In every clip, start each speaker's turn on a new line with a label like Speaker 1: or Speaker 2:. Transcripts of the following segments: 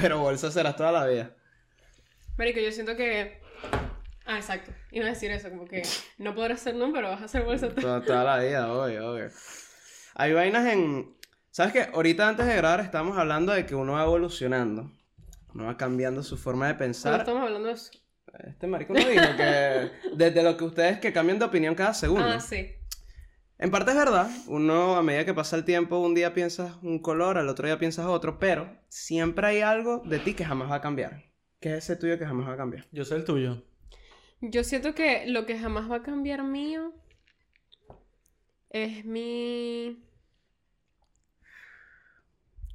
Speaker 1: pero bolso serás toda la vida.
Speaker 2: Marico, yo siento que. Ah, exacto. Iba a decir eso, como que no podrás ser no, pero vas a ser bolsa
Speaker 1: Toda, toda la vida, obvio, obvio. Hay vainas en... ¿Sabes qué? Ahorita antes de grabar estamos hablando de que uno va evolucionando. Uno va cambiando su forma de
Speaker 2: No
Speaker 1: pensar.
Speaker 2: estamos hablando de eso.
Speaker 1: Este marico me dijo que... Desde lo que ustedes que cambian de opinión cada segundo.
Speaker 2: Ah, sí.
Speaker 1: En parte es verdad. Uno, a medida que pasa el tiempo, un día piensas un color, al otro día piensas otro. Pero siempre hay algo de ti que jamás va a cambiar. Que es ese tuyo que jamás va a cambiar.
Speaker 3: Yo soy el tuyo.
Speaker 2: Yo siento que lo que jamás va a cambiar mío es mi.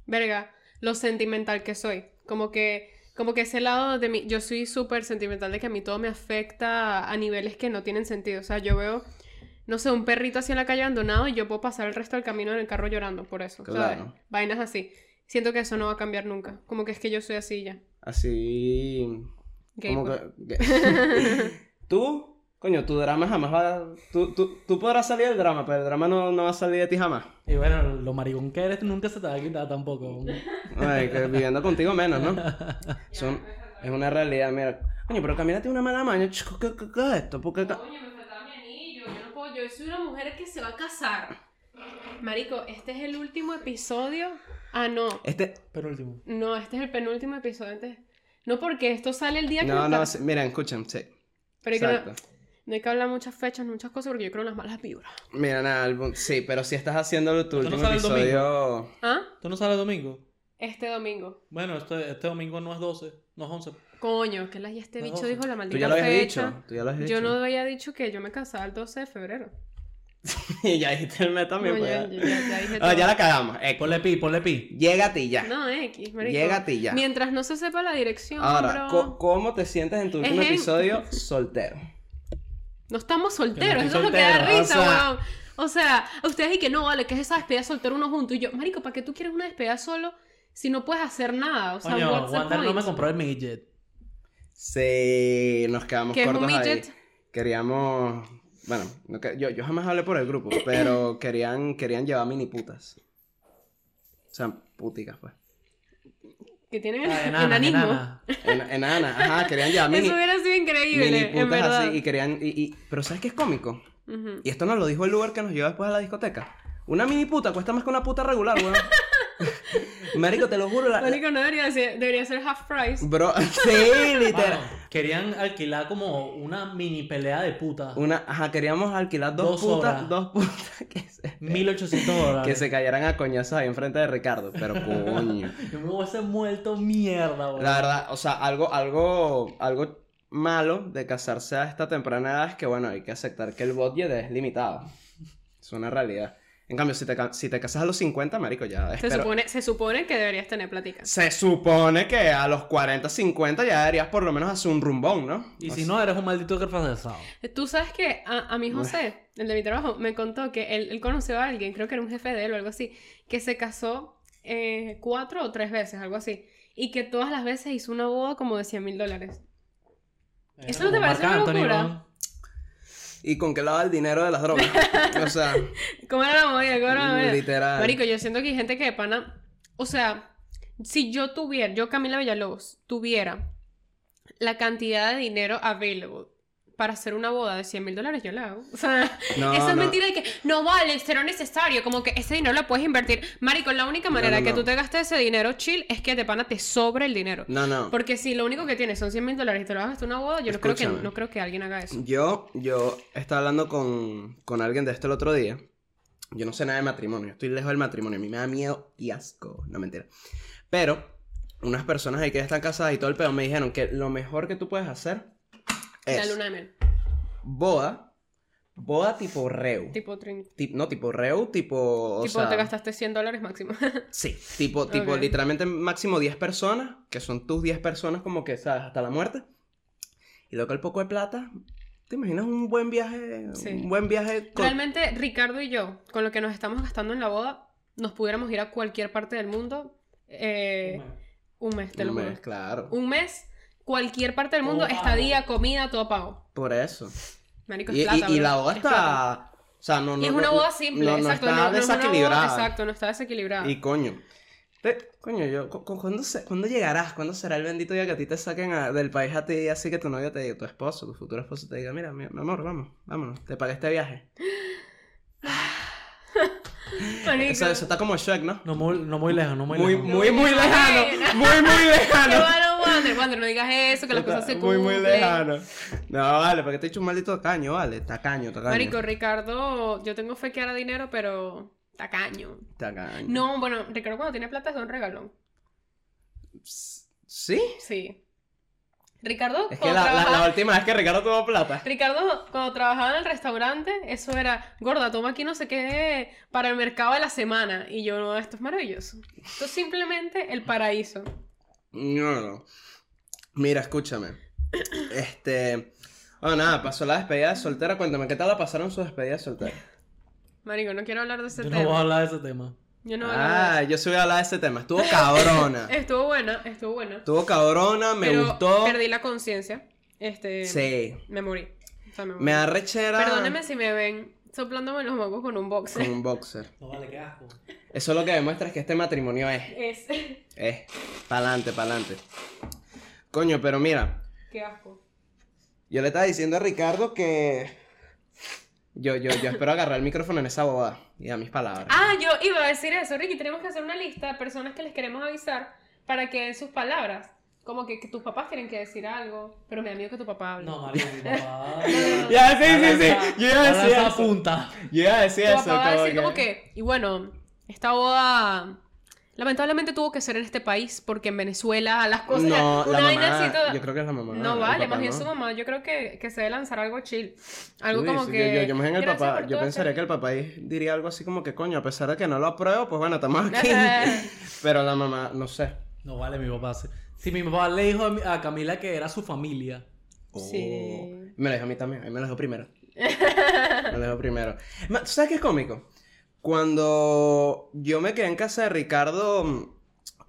Speaker 2: Verga, lo sentimental que soy. Como que, como que ese lado de mí. Yo soy súper sentimental de que a mí todo me afecta a niveles que no tienen sentido. O sea, yo veo, no sé, un perrito así en la calle abandonado y yo puedo pasar el resto del camino en el carro llorando por eso. ¿sabes?
Speaker 1: Claro.
Speaker 2: Vainas así. Siento que eso no va a cambiar nunca. Como que es que yo soy así ya.
Speaker 1: Así...
Speaker 2: Gay,
Speaker 1: como
Speaker 2: pues.
Speaker 1: que- tú, coño, tu drama jamás va a... Tú, tú, tú podrás salir del drama, pero el drama no, no va a salir de ti jamás.
Speaker 3: Y bueno, lo maricón que eres nunca se te va a quitar tampoco.
Speaker 1: Ay, que viviendo contigo menos, ¿no? Son- es una realidad, mira. Coño, pero camínate una mala maña. chico, ¿Qué, qué- qué es esto? ¿Por qué ca-
Speaker 2: Coño, me faltaba mi anillo. Yo no puedo. Yo soy una mujer que se va a casar. Marico, este es el último episodio. Ah, no.
Speaker 1: Este...
Speaker 3: Penúltimo.
Speaker 2: No, este es el penúltimo episodio. antes- No, porque esto sale el día que.
Speaker 1: No,
Speaker 2: nos
Speaker 1: no,
Speaker 2: ca-
Speaker 1: sí, miren, escuchen, sí.
Speaker 2: Pero hay que no,
Speaker 1: Exacto.
Speaker 2: no hay que hablar muchas fechas, muchas cosas, porque yo creo en las malas vibras.
Speaker 1: Mira, nada, el bu- sí, pero si estás haciendo tu
Speaker 3: ¿Esto no
Speaker 1: último
Speaker 3: sale el domingo?
Speaker 1: episodio...
Speaker 2: ¿Ah?
Speaker 3: ¿Tú no sales domingo?
Speaker 2: Este domingo.
Speaker 3: Bueno, este, este domingo no es 12, no es 11.
Speaker 2: Coño, que la y este
Speaker 3: No,
Speaker 2: bicho dijo la
Speaker 1: Tú
Speaker 2: maldita
Speaker 1: ya lo habías
Speaker 2: fecha.
Speaker 1: dicho, tú ya lo habías
Speaker 2: Yo
Speaker 1: dicho.
Speaker 2: no había dicho que yo me casaba el 12 de febrero.
Speaker 1: Y ya dijiste el meta también,
Speaker 2: No,
Speaker 1: pues,
Speaker 2: ya-
Speaker 1: ya.
Speaker 2: ya- ya dije
Speaker 1: Ah, ya
Speaker 2: todo.
Speaker 1: la cagamos. eh,
Speaker 3: Ponle pi, ponle pi.
Speaker 1: Llégate y ya.
Speaker 2: No, X, marico.
Speaker 1: Llégate y ya.
Speaker 2: Mientras no se sepa la dirección,
Speaker 1: Ahora,
Speaker 2: bro.
Speaker 1: co- ¿cómo te sientes en tu último
Speaker 2: Ejé.
Speaker 1: episodio soltero?
Speaker 2: No estamos
Speaker 3: Que no
Speaker 2: solteros,
Speaker 3: estoy
Speaker 2: eso es lo que da
Speaker 3: soltero, o
Speaker 2: risa,
Speaker 3: sea.
Speaker 2: weón. O sea, a ustedes y que no, vale, que es esa despedida soltero uno junto. Y yo, marico, ¿para qué tú quieres una despedida solo si no puedes hacer nada? O sea,
Speaker 3: Coño,
Speaker 2: what's the
Speaker 3: Wander no
Speaker 2: point?
Speaker 3: me compró el midget.
Speaker 1: Sí, nos quedamos
Speaker 2: ¿Qué es un
Speaker 1: cortos ahí.
Speaker 2: midget?
Speaker 1: Queríamos. Bueno, no que- yo, yo jamás hablé por el grupo, pero querían, querían llevar mini putas. O sea, puticas, pues.
Speaker 2: Que tienen
Speaker 3: Ah,
Speaker 2: el
Speaker 3: enana,
Speaker 2: enanismo.
Speaker 3: enana.
Speaker 1: En, enanas, ajá, querían llevar mini,
Speaker 2: Eso hubiera sido
Speaker 1: mini
Speaker 2: increíble, en
Speaker 1: putas
Speaker 2: verdad.
Speaker 1: así. Y querían. Y, y- pero ¿sabes qué es cómico?
Speaker 2: Ujú.
Speaker 1: Y esto nos lo dijo el lugar que nos llevó después a la discoteca. Una mini puta cuesta más que una puta regular, weón. Marico, te lo juro. la- la-
Speaker 2: Marico, no debería ser, debería ser half price.
Speaker 1: Bro, sí, literal.
Speaker 3: Mano, querían alquilar como una mini pelea de putas.
Speaker 1: Una, ajá, queríamos alquilar dos,
Speaker 3: Dos
Speaker 1: putas,
Speaker 3: horas.
Speaker 1: dos putas que se,
Speaker 3: 1800 dólares.
Speaker 1: que se cayeran a coñazos ahí enfrente de Ricardo, pero coño.
Speaker 3: Yo me hubiese muerto mierda, weón.
Speaker 1: La verdad, o sea, algo, algo, algo malo de casarse a esta temprana edad es que, bueno, hay que aceptar que el budget es limitado. Es una realidad. En cambio, si te, ca- si te casas a los 50, marico, ya
Speaker 2: Se,
Speaker 1: espero-
Speaker 2: supone, se supone que deberías tener platica.
Speaker 1: Se supone que a los 40, 50 ya deberías por lo menos hacer un rumbón, ¿no?
Speaker 3: Y si no, eres un maldito desfasado.
Speaker 2: Tú sabes que a, a mi José, el de mi trabajo, me contó que él, él conoció a alguien, creo que era un jefe de él o algo así, que se casó eh, cuatro o tres veces, algo así, y que todas las veces hizo una boda como de 100 mil dólares. ¿Eso no te
Speaker 3: Como
Speaker 2: parece
Speaker 3: Marc
Speaker 2: una
Speaker 3: Anthony,
Speaker 2: locura?
Speaker 3: weón.
Speaker 1: ¿Y con qué lava el dinero de las drogas? o sea,
Speaker 2: ¿Cómo era la movida? ¿Cómo era la movida?
Speaker 1: literal.
Speaker 2: Marico, yo siento que hay gente que de pana. O sea, si yo tuviera, yo Camila Villalobos, tuviera la cantidad de dinero available para hacer una boda de 100 mil dólares, yo la hago. O sea,
Speaker 1: No,
Speaker 2: esa es
Speaker 1: no.
Speaker 2: mentira de que no vale, será necesario. Como que ese dinero lo puedes invertir. Marico, la única manera
Speaker 1: no,
Speaker 2: que
Speaker 1: no.
Speaker 2: tú te gastes ese dinero chill es que de pana te sobre el dinero.
Speaker 1: No, no.
Speaker 2: Porque si lo único que tienes son 100 mil dólares y te lo vas a gastar en una boda, yo no creo, que,
Speaker 1: Escúchame.
Speaker 2: no creo que alguien haga eso.
Speaker 1: Yo, yo estaba hablando con, con alguien de esto el otro día. Yo no sé nada de matrimonio, estoy lejos del matrimonio, a mí me da miedo y asco, no mentira. Pero unas personas ahí que ya están casadas y todo el pedo me dijeron que lo mejor que tú puedes hacer
Speaker 2: La
Speaker 1: es
Speaker 2: luna de miel.
Speaker 1: boda, boda tipo reu.
Speaker 2: Tipo, trin-
Speaker 1: Tip- no, tipo reu, tipo... o
Speaker 2: tipo
Speaker 1: sea,
Speaker 2: te gastaste 100 dólares máximo.
Speaker 1: Sí, tipo, tipo
Speaker 2: Ok.
Speaker 1: literalmente máximo 10 personas, que son tus 10 personas como que, ¿sabes? Hasta la muerte. Y luego el poco de plata, ¿te imaginas un buen viaje?
Speaker 2: Sí.
Speaker 1: Un buen viaje con...
Speaker 2: Realmente, Ricardo y yo, con lo que nos estamos gastando en la boda, nos pudiéramos ir a cualquier parte del mundo. eh, un mes, te lo
Speaker 1: Un
Speaker 2: juro.
Speaker 1: mes, claro.
Speaker 2: Un mes, cualquier parte del mundo,
Speaker 3: Todo pago.
Speaker 2: estadía, comida, todo pago.
Speaker 1: Por eso.
Speaker 2: Marico, es
Speaker 1: Y, y-
Speaker 2: plata,
Speaker 1: y
Speaker 2: bro,
Speaker 1: la boda
Speaker 2: es plata.
Speaker 1: está... O sea, no, no,
Speaker 2: Y es una
Speaker 1: no-
Speaker 2: boda simple,
Speaker 1: no- no
Speaker 2: exacto.
Speaker 1: está
Speaker 2: no- no es una boda-
Speaker 1: desequilibrada.
Speaker 2: exacto, no está desequilibrada.
Speaker 1: Y coño, Te- Coño, yo, cu- cu- ¿cuándo, se- cuándo llegarás? ¿Cuándo será el bendito día que a ti te saquen a- del país a ti así que tu novio te diga, tu esposo, tu futuro esposo te diga, mira, mi, mi amor, vamos, vámonos, te pagué este viaje.
Speaker 2: Marico.
Speaker 1: Eso, eso está como Shrek, ¿no?
Speaker 3: No muy, no muy lejos, no muy,
Speaker 1: Muy,
Speaker 3: lejos.
Speaker 1: muy, muy lejano, muy, muy
Speaker 2: Qué
Speaker 1: lejano.
Speaker 2: bueno, Wander. Wander, no digas eso, que las cosas se
Speaker 1: muy,
Speaker 2: cumplen.
Speaker 1: muy lejano. No, vale, porque te he dicho un maldito tacaño, vale, tacaño, tacaño.
Speaker 2: Marico, Ricardo, yo tengo fe que hará dinero, pero tacaño.
Speaker 1: Tacaño.
Speaker 2: No, bueno, Ricardo cuando tiene plata es de un regalón.
Speaker 1: ¿Sí?
Speaker 2: Sí. Ricardo,
Speaker 1: Es que
Speaker 2: cuando
Speaker 1: la, la-
Speaker 2: trabajaba-
Speaker 1: la última vez que Ricardo tuvo plata.
Speaker 2: Ricardo, cuando trabajaba en el restaurante, eso era, gorda, toma aquí no sé qué para el mercado de la semana. Y yo, no, esto es maravilloso. Esto es simplemente el paraíso.
Speaker 1: No, no. Mira, escúchame. Este. Oh, nada, pasó la despedida de soltera. Cuéntame, ¿qué tal la pasaron su despedida de soltera?
Speaker 2: Marico, no quiero hablar de ese
Speaker 3: Yo no
Speaker 2: tema.
Speaker 3: voy a hablar de ese tema.
Speaker 2: Yo no voy a hablar
Speaker 1: Ah, yo sí voy a hablar de ese tema. Estuvo cabrona.
Speaker 2: de Estuvo buena, estuvo buena.
Speaker 1: Estuvo cabrona, me
Speaker 2: pero
Speaker 1: gustó.
Speaker 2: Perdí la conciencia. Este,
Speaker 1: Sí.
Speaker 2: Me morí. O sea, me morí.
Speaker 1: Me arrechera.
Speaker 2: Perdónenme si me ven soplándome los mocos con un
Speaker 1: Con
Speaker 2: boxer.
Speaker 1: un boxer.
Speaker 3: No vale, qué asco.
Speaker 1: Eso lo que demuestra es que este matrimonio es.
Speaker 2: Es...
Speaker 1: Es. Pa'lante, pa'lante. Coño, pero mira.
Speaker 2: Qué asco.
Speaker 1: Yo le estaba diciendo a Ricardo que. Yo, yo, yo espero agarrar el micrófono en esa boda. Y a mis palabras.
Speaker 2: Ah, yo iba a decir eso, Ricky. Tenemos que hacer una lista de personas que les queremos avisar para que den sus palabras. Como que, que tus papás tienen que decir algo, pero me da miedo que tu papá hable.
Speaker 3: No, María, mi papá.
Speaker 1: Ya, sí, sí, sí. Yo iba a
Speaker 3: Ahora
Speaker 1: decir
Speaker 3: esa
Speaker 1: eso.
Speaker 3: punta.
Speaker 1: Yo iba a decir
Speaker 2: tu
Speaker 1: eso.
Speaker 2: papá va a decir como que, y bueno, esta boda lamentablemente tuvo que ser en este país porque en Venezuela las cosas...
Speaker 1: No,
Speaker 2: una
Speaker 1: la
Speaker 2: vaina
Speaker 1: mamá.
Speaker 2: así toda-
Speaker 1: Yo creo que es la mamá.
Speaker 2: No
Speaker 1: el
Speaker 2: vale,
Speaker 1: papá,
Speaker 2: más bien
Speaker 1: ¿no?
Speaker 2: su mamá. Yo creo que, que se debe lanzar algo chill. Algo
Speaker 1: Uy,
Speaker 2: como
Speaker 1: sí,
Speaker 2: que.
Speaker 1: Yo, yo, yo me imagino el
Speaker 2: "Gracias
Speaker 1: papá.
Speaker 2: por
Speaker 1: Yo
Speaker 2: todo,
Speaker 1: pensaría que el papá ahí diría algo así como que, coño, a pesar de que no lo apruebo, pues bueno, estamos aquí. Pero la mamá, no sé.
Speaker 3: No vale, mi papá. Si, si mi papá le dijo a, mi- a Camila que era su familia.
Speaker 2: Sí.
Speaker 1: Me lo dijo a mí también. A mí me lo dijo primero. me lo dijo primero. Ma, ¿Tú sabes qué es cómico? Cuando yo me quedé en casa de Ricardo, mm,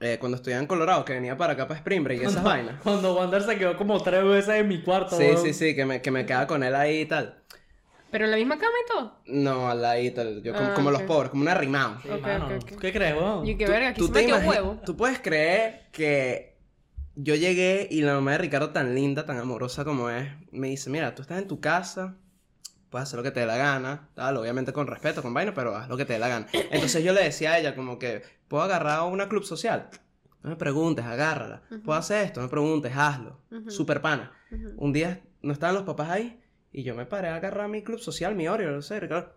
Speaker 1: eh, cuando estudiaba en Colorado, que venía para acá para Spring Break y esas vainas.
Speaker 3: Cuando Wander se quedó como tres veces en mi cuarto.
Speaker 1: Sí,
Speaker 3: weón.
Speaker 1: sí, sí, que me, que me quedaba con él ahí y tal.
Speaker 2: Pero en la misma cama y todo.
Speaker 1: No, al ladito, el- yo como,
Speaker 2: Ah,
Speaker 1: como los
Speaker 2: ok.
Speaker 1: pobres, como un arrimado.
Speaker 3: Sí,
Speaker 2: Ok,
Speaker 3: mano,
Speaker 2: ok, ok.
Speaker 3: ¿Qué crees, weón?
Speaker 2: Y que verga, aquí se
Speaker 1: te
Speaker 2: metió
Speaker 1: imagi-
Speaker 2: huevo.
Speaker 1: Tú puedes creer que yo llegué y la mamá de Ricardo, tan linda, tan amorosa como es, me dice: Mira, tú estás en tu casa, puedes hacer lo que te dé la gana, tal, obviamente con respeto, con vaina, pero haz lo que te dé la gana. Entonces yo le decía a ella, como que, ¿puedo agarrar una club social? No me preguntes, agárrala.
Speaker 2: Ujú.
Speaker 1: ¿Puedo hacer esto? No me preguntes, hazlo.
Speaker 2: Ujú.
Speaker 1: Super pana.
Speaker 2: Ujú.
Speaker 1: Un día no estaban los papás ahí y yo me paré a agarrar mi club social, mi Oreo, no sé, Ricardo.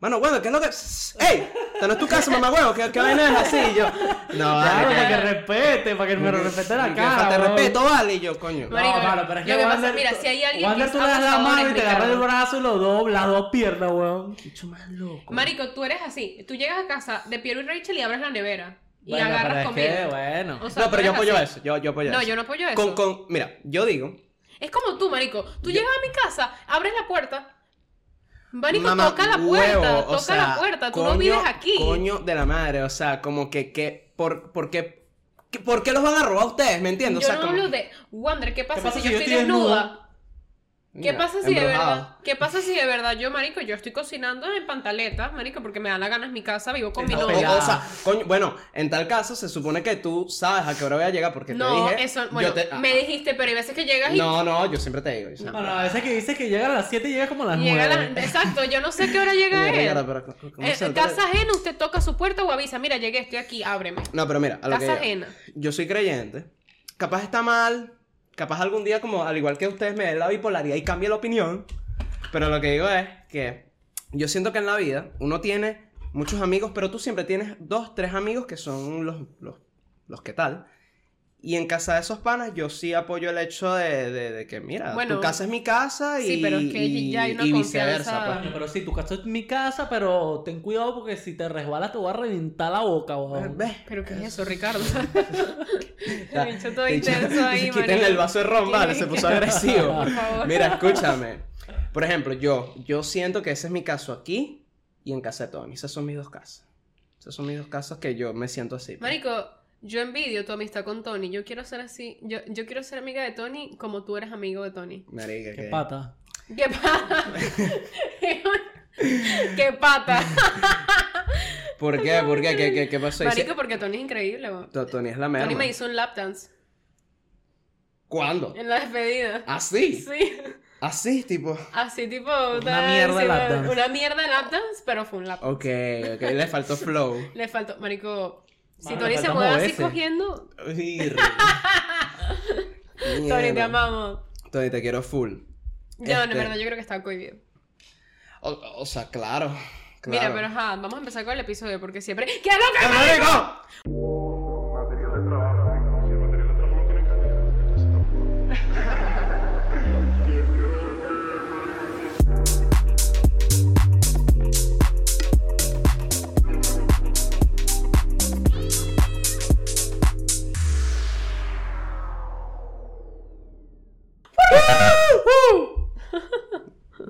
Speaker 1: Mano, huevo, ¿qué es lo que.? ¡Ey! Esta no es tu casa, mamá huevo, ¿qué, qué vaina es así? Y yo. No,
Speaker 3: Claro,
Speaker 1: vale.
Speaker 3: para que respete, para que me lo respete la
Speaker 1: que
Speaker 3: cara.
Speaker 1: Te
Speaker 3: weón.
Speaker 1: respeto, vale. Y yo, coño.
Speaker 2: Vale. Marico,
Speaker 3: mano, pero es
Speaker 2: lo que pasa- mira, si hay alguien
Speaker 3: Wander
Speaker 2: que
Speaker 3: tú
Speaker 2: es
Speaker 3: le das la
Speaker 2: abusador,
Speaker 3: mano
Speaker 2: es
Speaker 3: y te agarras el
Speaker 2: Ricardo.
Speaker 3: brazo y los dos, las dos piernas, weón.
Speaker 1: Mucho más loco.
Speaker 2: Marico, tú eres así. Tú llegas a casa de Piero y Rachel y abres la nevera. Y
Speaker 3: Bueno, pero
Speaker 2: agarras
Speaker 3: es
Speaker 2: comida.
Speaker 3: que, bueno.
Speaker 2: O sea,
Speaker 1: no, pero
Speaker 2: tú
Speaker 1: yo
Speaker 2: eres
Speaker 1: apoyo
Speaker 2: así.
Speaker 1: eso. Yo, yo apoyo
Speaker 2: No,
Speaker 1: eso.
Speaker 2: yo no apoyo eso.
Speaker 1: Con, con, mira, yo digo.
Speaker 2: Es como tú, marico. Tú llegas a mi casa, abres la puerta. Marico,
Speaker 1: mamá
Speaker 2: toca la
Speaker 1: huevo,
Speaker 2: puerta,
Speaker 1: o
Speaker 2: toca
Speaker 1: sea,
Speaker 2: la puerta. Tú no
Speaker 1: coño-
Speaker 2: vives aquí.
Speaker 1: Coño de la madre, o sea, como que. que por, por, qué, que- ¿Por qué los van a robar a ustedes? ¿Me
Speaker 2: yo
Speaker 1: entiendes? o sea,
Speaker 2: no
Speaker 1: como-
Speaker 2: hablo de. Wander, ¿qué pasa,
Speaker 3: pasa
Speaker 2: si yo estoy desnuda? ¿Qué
Speaker 1: Mira,
Speaker 2: pasa si de
Speaker 1: embrujado.
Speaker 2: verdad? ¿Qué pasa si de verdad yo, marico, yo estoy cocinando en pantaletas, marico, porque me da la gana en mi casa, vivo con mi
Speaker 1: No,
Speaker 3: Está
Speaker 1: o-
Speaker 2: novio.
Speaker 3: pegado.
Speaker 1: o sea, coño, bueno, en tal caso se supone que tú sabes a qué hora voy a llegar porque
Speaker 2: No,
Speaker 1: te dije.
Speaker 2: eso,
Speaker 1: yo
Speaker 2: bueno,
Speaker 1: te- ah,
Speaker 2: me dijiste, pero hay veces que llegas y
Speaker 1: No, no, yo siempre te digo. yo siempre-
Speaker 3: Bueno, a veces que dices que llega a las 7 y llega como a las 9.
Speaker 2: llega la... Exacto, yo no sé qué hora llega
Speaker 1: Mira,
Speaker 2: él.
Speaker 1: Ricardo, pero ¿cómo- cómo
Speaker 2: Eh,
Speaker 1: se altera?
Speaker 2: casa ajena, usted toca su puerta o avisa, mira, llegué, estoy aquí, ábreme.
Speaker 1: No, pero mira, a lo que
Speaker 2: Casa
Speaker 1: iba.
Speaker 2: ajena.
Speaker 1: Yo soy creyente. Capaz está mal. Capaz algún día, como al igual que ustedes, me den la bipolaridad y cambie la opinión. Pero lo que digo es que yo siento que en la vida uno tiene muchos amigos, pero tú siempre tienes dos, tres amigos que son los, los, los que tal. Y en casa de esos panas, yo sí apoyo el hecho de, de- de que, mira,
Speaker 2: Bueno,
Speaker 1: tu casa es mi casa y,
Speaker 2: sí, pero es que
Speaker 1: y-
Speaker 2: ya hay una
Speaker 1: y viceversa.
Speaker 2: confianza.
Speaker 1: pues.
Speaker 3: Pero sí, tu casa es mi casa, pero ten cuidado porque si te resbalas te voy a reventar la boca, weón.
Speaker 1: ¿Ves?
Speaker 2: Pero qué es eso, Ricardo.
Speaker 1: Ya,
Speaker 2: El bicho todo
Speaker 1: te he dicho,
Speaker 2: intenso ahí,
Speaker 1: Quítenle el
Speaker 2: marico.
Speaker 1: vaso de ron, vale, se puso agresivo.
Speaker 2: Por favor.
Speaker 1: Mira, escúchame. Por ejemplo, yo, yo siento que ese es mi caso aquí y en casa de Tony. Esas son mis dos casas. Esas son mis dos casas que yo me siento así. pues.
Speaker 2: Marico, yo envidio tu amistad con Tony. Yo quiero ser así, yo, yo quiero ser amiga de Tony como tú eres amigo de Tony.
Speaker 1: Marica,
Speaker 3: Qué
Speaker 1: que-
Speaker 3: pata.
Speaker 2: ¡Qué pata! ¡Qué pata!
Speaker 1: ¿Por qué? ¿Por qué? ¿Qué, qué, qué pasó? Hice-
Speaker 2: Marico, porque Tony es increíble, weón.
Speaker 1: To- Tony es la
Speaker 2: Tony
Speaker 1: merma.
Speaker 2: me hizo un lap dance
Speaker 1: ¿Cuándo?
Speaker 2: en la despedida.
Speaker 1: Ah, Así.
Speaker 2: Sí.
Speaker 1: Así, tipo.
Speaker 2: Así tipo.
Speaker 3: Una mierda de lap dance.
Speaker 2: Una mierda de lap dance, pero fue un lap
Speaker 1: Ok, ok, le faltó flow.
Speaker 2: Le faltó. Marico. Si
Speaker 3: Mano,
Speaker 2: Tony
Speaker 3: le
Speaker 2: se
Speaker 3: faltó
Speaker 2: mueve así
Speaker 3: moverse.
Speaker 2: cogiendo.
Speaker 1: Tony,
Speaker 2: Tony, te amamos.
Speaker 1: Tony, te quiero full.
Speaker 2: Ya,
Speaker 1: Este-
Speaker 2: en verdad, yo creo que está cohibido.
Speaker 1: O, o sea, claro.
Speaker 2: Mira,
Speaker 1: claro.
Speaker 2: pero ajá, vamos a empezar con el episodio porque siempre. ¡Qué loca!
Speaker 1: ¡Marico!
Speaker 4: Material de trabajo, ¿eh? Si el material de trabajo no tiene calidad, entonces tampoco.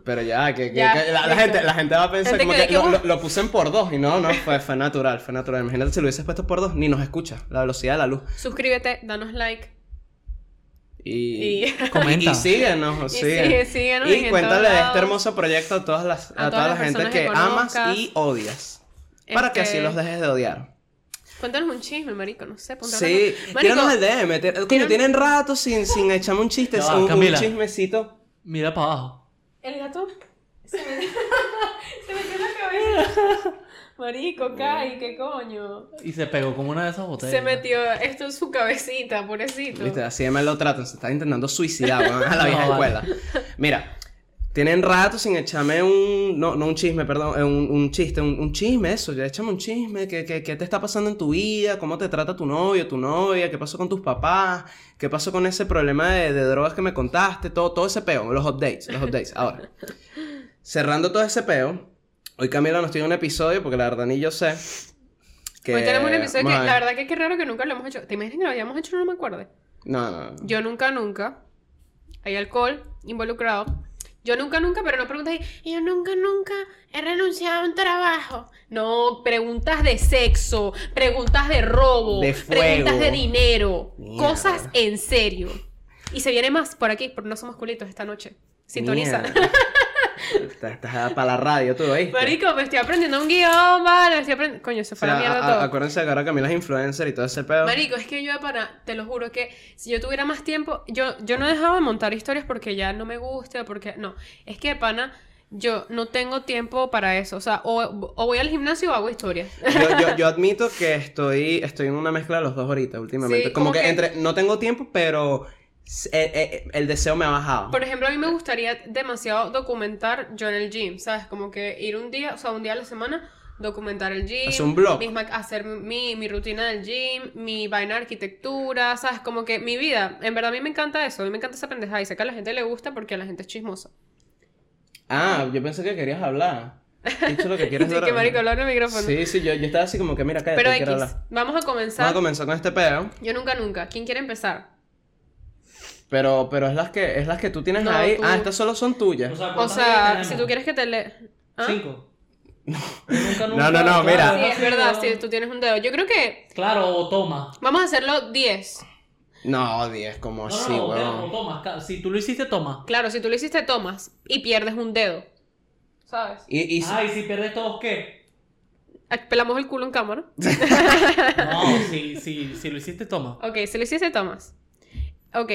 Speaker 1: Pero ya, que, que-
Speaker 2: Ya,
Speaker 1: que la, la
Speaker 2: listo.
Speaker 1: gente, la gente va a pensar
Speaker 2: Gente
Speaker 1: como
Speaker 2: cree
Speaker 1: que,
Speaker 2: que
Speaker 1: lo,
Speaker 2: vos-
Speaker 1: lo- lo puse en por dos y no, no, fue, fue natural, fue natural. Imagínate si lo hubieses puesto por dos, ni nos escucha, la velocidad de la luz.
Speaker 2: Suscríbete, danos like.
Speaker 1: Y,
Speaker 2: Y.
Speaker 3: Comenta.
Speaker 1: y síguenos,
Speaker 2: Y
Speaker 1: síguenos.
Speaker 2: sí, síguenos
Speaker 1: Y
Speaker 2: en
Speaker 1: cuéntale
Speaker 2: todos
Speaker 1: de
Speaker 2: lados.
Speaker 1: este hermoso proyecto a, todas las, a, toda
Speaker 2: A todas
Speaker 1: la
Speaker 2: las
Speaker 1: gente
Speaker 2: personas
Speaker 1: que
Speaker 2: que
Speaker 1: amas
Speaker 2: conozcas.
Speaker 1: y odias. Para que así
Speaker 2: Este-
Speaker 1: los dejes de odiar.
Speaker 2: Cuéntanos un chisme, marico, no sé. ponte a hablar
Speaker 1: Sí,
Speaker 2: con- Marico,
Speaker 1: tíranos el DM. tira- coño,
Speaker 2: tira-
Speaker 1: tienen rato sin, sin echarme un chiste,
Speaker 3: Ya va,
Speaker 1: un, un
Speaker 3: Camila.
Speaker 1: chismecito.
Speaker 3: Mira para abajo.
Speaker 2: el gato se me, se me quedó en la cabeza. Marico, cae, qué coño.
Speaker 3: Y se pegó como una de esas botellas.
Speaker 2: Se metió esto en su cabecita, pobrecito.
Speaker 1: Viste, así de mal lo tratan, se están intentando suicidar weón, a la vieja
Speaker 3: No, vale.
Speaker 1: escuela. Mira, tienen rato sin echarme un. No, no un chisme, perdón, eh, un, un chiste, un, un chisme, eso, ya échame un chisme. ¿qué, qué, qué te está pasando en tu vida? ¿Cómo te trata tu novio, tu novia? ¿Qué pasó con tus papás? ¿Qué pasó con ese problema de, de drogas que me contaste? Todo, todo ese peo, los updates, los updates. Ahora, cerrando todo ese peo, hoy Camila nos tiene un episodio porque la verdad ni yo sé. que-
Speaker 2: Hoy tenemos un episodio
Speaker 1: vamos a
Speaker 2: que,
Speaker 1: ver.
Speaker 2: la verdad que qué raro que nunca lo hemos hecho. ¿Te imaginas que lo habíamos hecho? No me acuerdo.
Speaker 1: No, no, no.
Speaker 2: Yo nunca, nunca. Hay alcohol involucrado. Yo nunca, nunca, pero no preguntas ahí, yo nunca, nunca he renunciado a un trabajo. No, preguntas de sexo, preguntas de robo,
Speaker 1: De fuego.
Speaker 2: preguntas de dinero,
Speaker 1: Mierda.
Speaker 2: cosas en serio. Y se viene más por aquí, porque no somos culitos esta noche. Sintoniza.
Speaker 1: Mierda. Estás, estás para la radio, tú oíste.
Speaker 2: Marico, me estoy aprendiendo un guión, vale, me estoy aprendiendo... Coño, se
Speaker 1: O
Speaker 2: fue
Speaker 1: sea,
Speaker 2: la mierda
Speaker 1: a- a-
Speaker 2: todo.
Speaker 1: acuérdense que ahora Camila es influencer y todo ese pedo.
Speaker 2: Marico, es que yo de pana, te lo juro que si yo tuviera más tiempo, yo, yo no dejaba de montar historias porque ya no me gusta, porque no, es que de pana yo no tengo tiempo para eso, o sea, o, o voy al gimnasio o hago historias.
Speaker 1: Yo, yo- yo admito que estoy, estoy en una mezcla de los dos ahorita últimamente.
Speaker 2: Sí,
Speaker 1: como,
Speaker 2: como
Speaker 1: que,
Speaker 2: que-
Speaker 1: entre no tengo tiempo, pero s- eh, eh, el deseo me ha bajado.
Speaker 2: Por ejemplo, a mí me gustaría demasiado documentar yo en el gym, ¿sabes? Como que ir un día, o sea, un día a la semana, documentar el gym.
Speaker 1: Hacer un blog.
Speaker 2: mis ma- hacer mi, mi rutina del gym, mi vaina de arquitectura, ¿sabes? Como que mi vida, en verdad a mí me encanta eso, a mí me encanta esa pendejada y sé que a la gente le gusta porque la gente es chismosa.
Speaker 1: Ah, yo pensé que querías hablar. Dicho lo que quieres
Speaker 2: Sí,
Speaker 1: ahora.
Speaker 2: que marico, hablar en el micrófono.
Speaker 1: Sí, sí, yo, yo estaba así como que mira, cállate,
Speaker 2: Pero
Speaker 1: quiero
Speaker 2: X,
Speaker 1: hablar.
Speaker 2: vamos a
Speaker 1: Vamos
Speaker 2: comenzar.
Speaker 1: a comenzar con este pedo,
Speaker 2: Yo nunca, nunca. ¿Quién quiere empezar?
Speaker 1: pero, pero es las que, es las que tú tienes
Speaker 2: No,
Speaker 1: ahí.
Speaker 2: tú-
Speaker 1: Ah, estas solo son tuyas.
Speaker 2: O sea, si tú quieres que te le... ¿Ah?
Speaker 3: Cinco. Nunca,
Speaker 1: No, no, no, mira.
Speaker 2: Sí, es verdad, sí, tú tienes un dedo. Yo creo que
Speaker 3: Claro, o toma.
Speaker 2: vamos a hacerlo 10.
Speaker 1: No, 10, como
Speaker 3: No,
Speaker 1: así,
Speaker 3: no,
Speaker 1: Oh, weón.
Speaker 3: no, o toma. Ca- Si tú lo hiciste, toma.
Speaker 2: Claro, si tú lo hiciste, tomas y pierdes un dedo. ¿Sabes?
Speaker 1: Y, y-
Speaker 3: Ah, y si pierdes todos, ¿qué?
Speaker 2: Ah, Pelamos el culo en cámara.
Speaker 3: No, si, si, si lo hiciste, toma.
Speaker 2: Ok, si lo hiciste, tomas. Ok.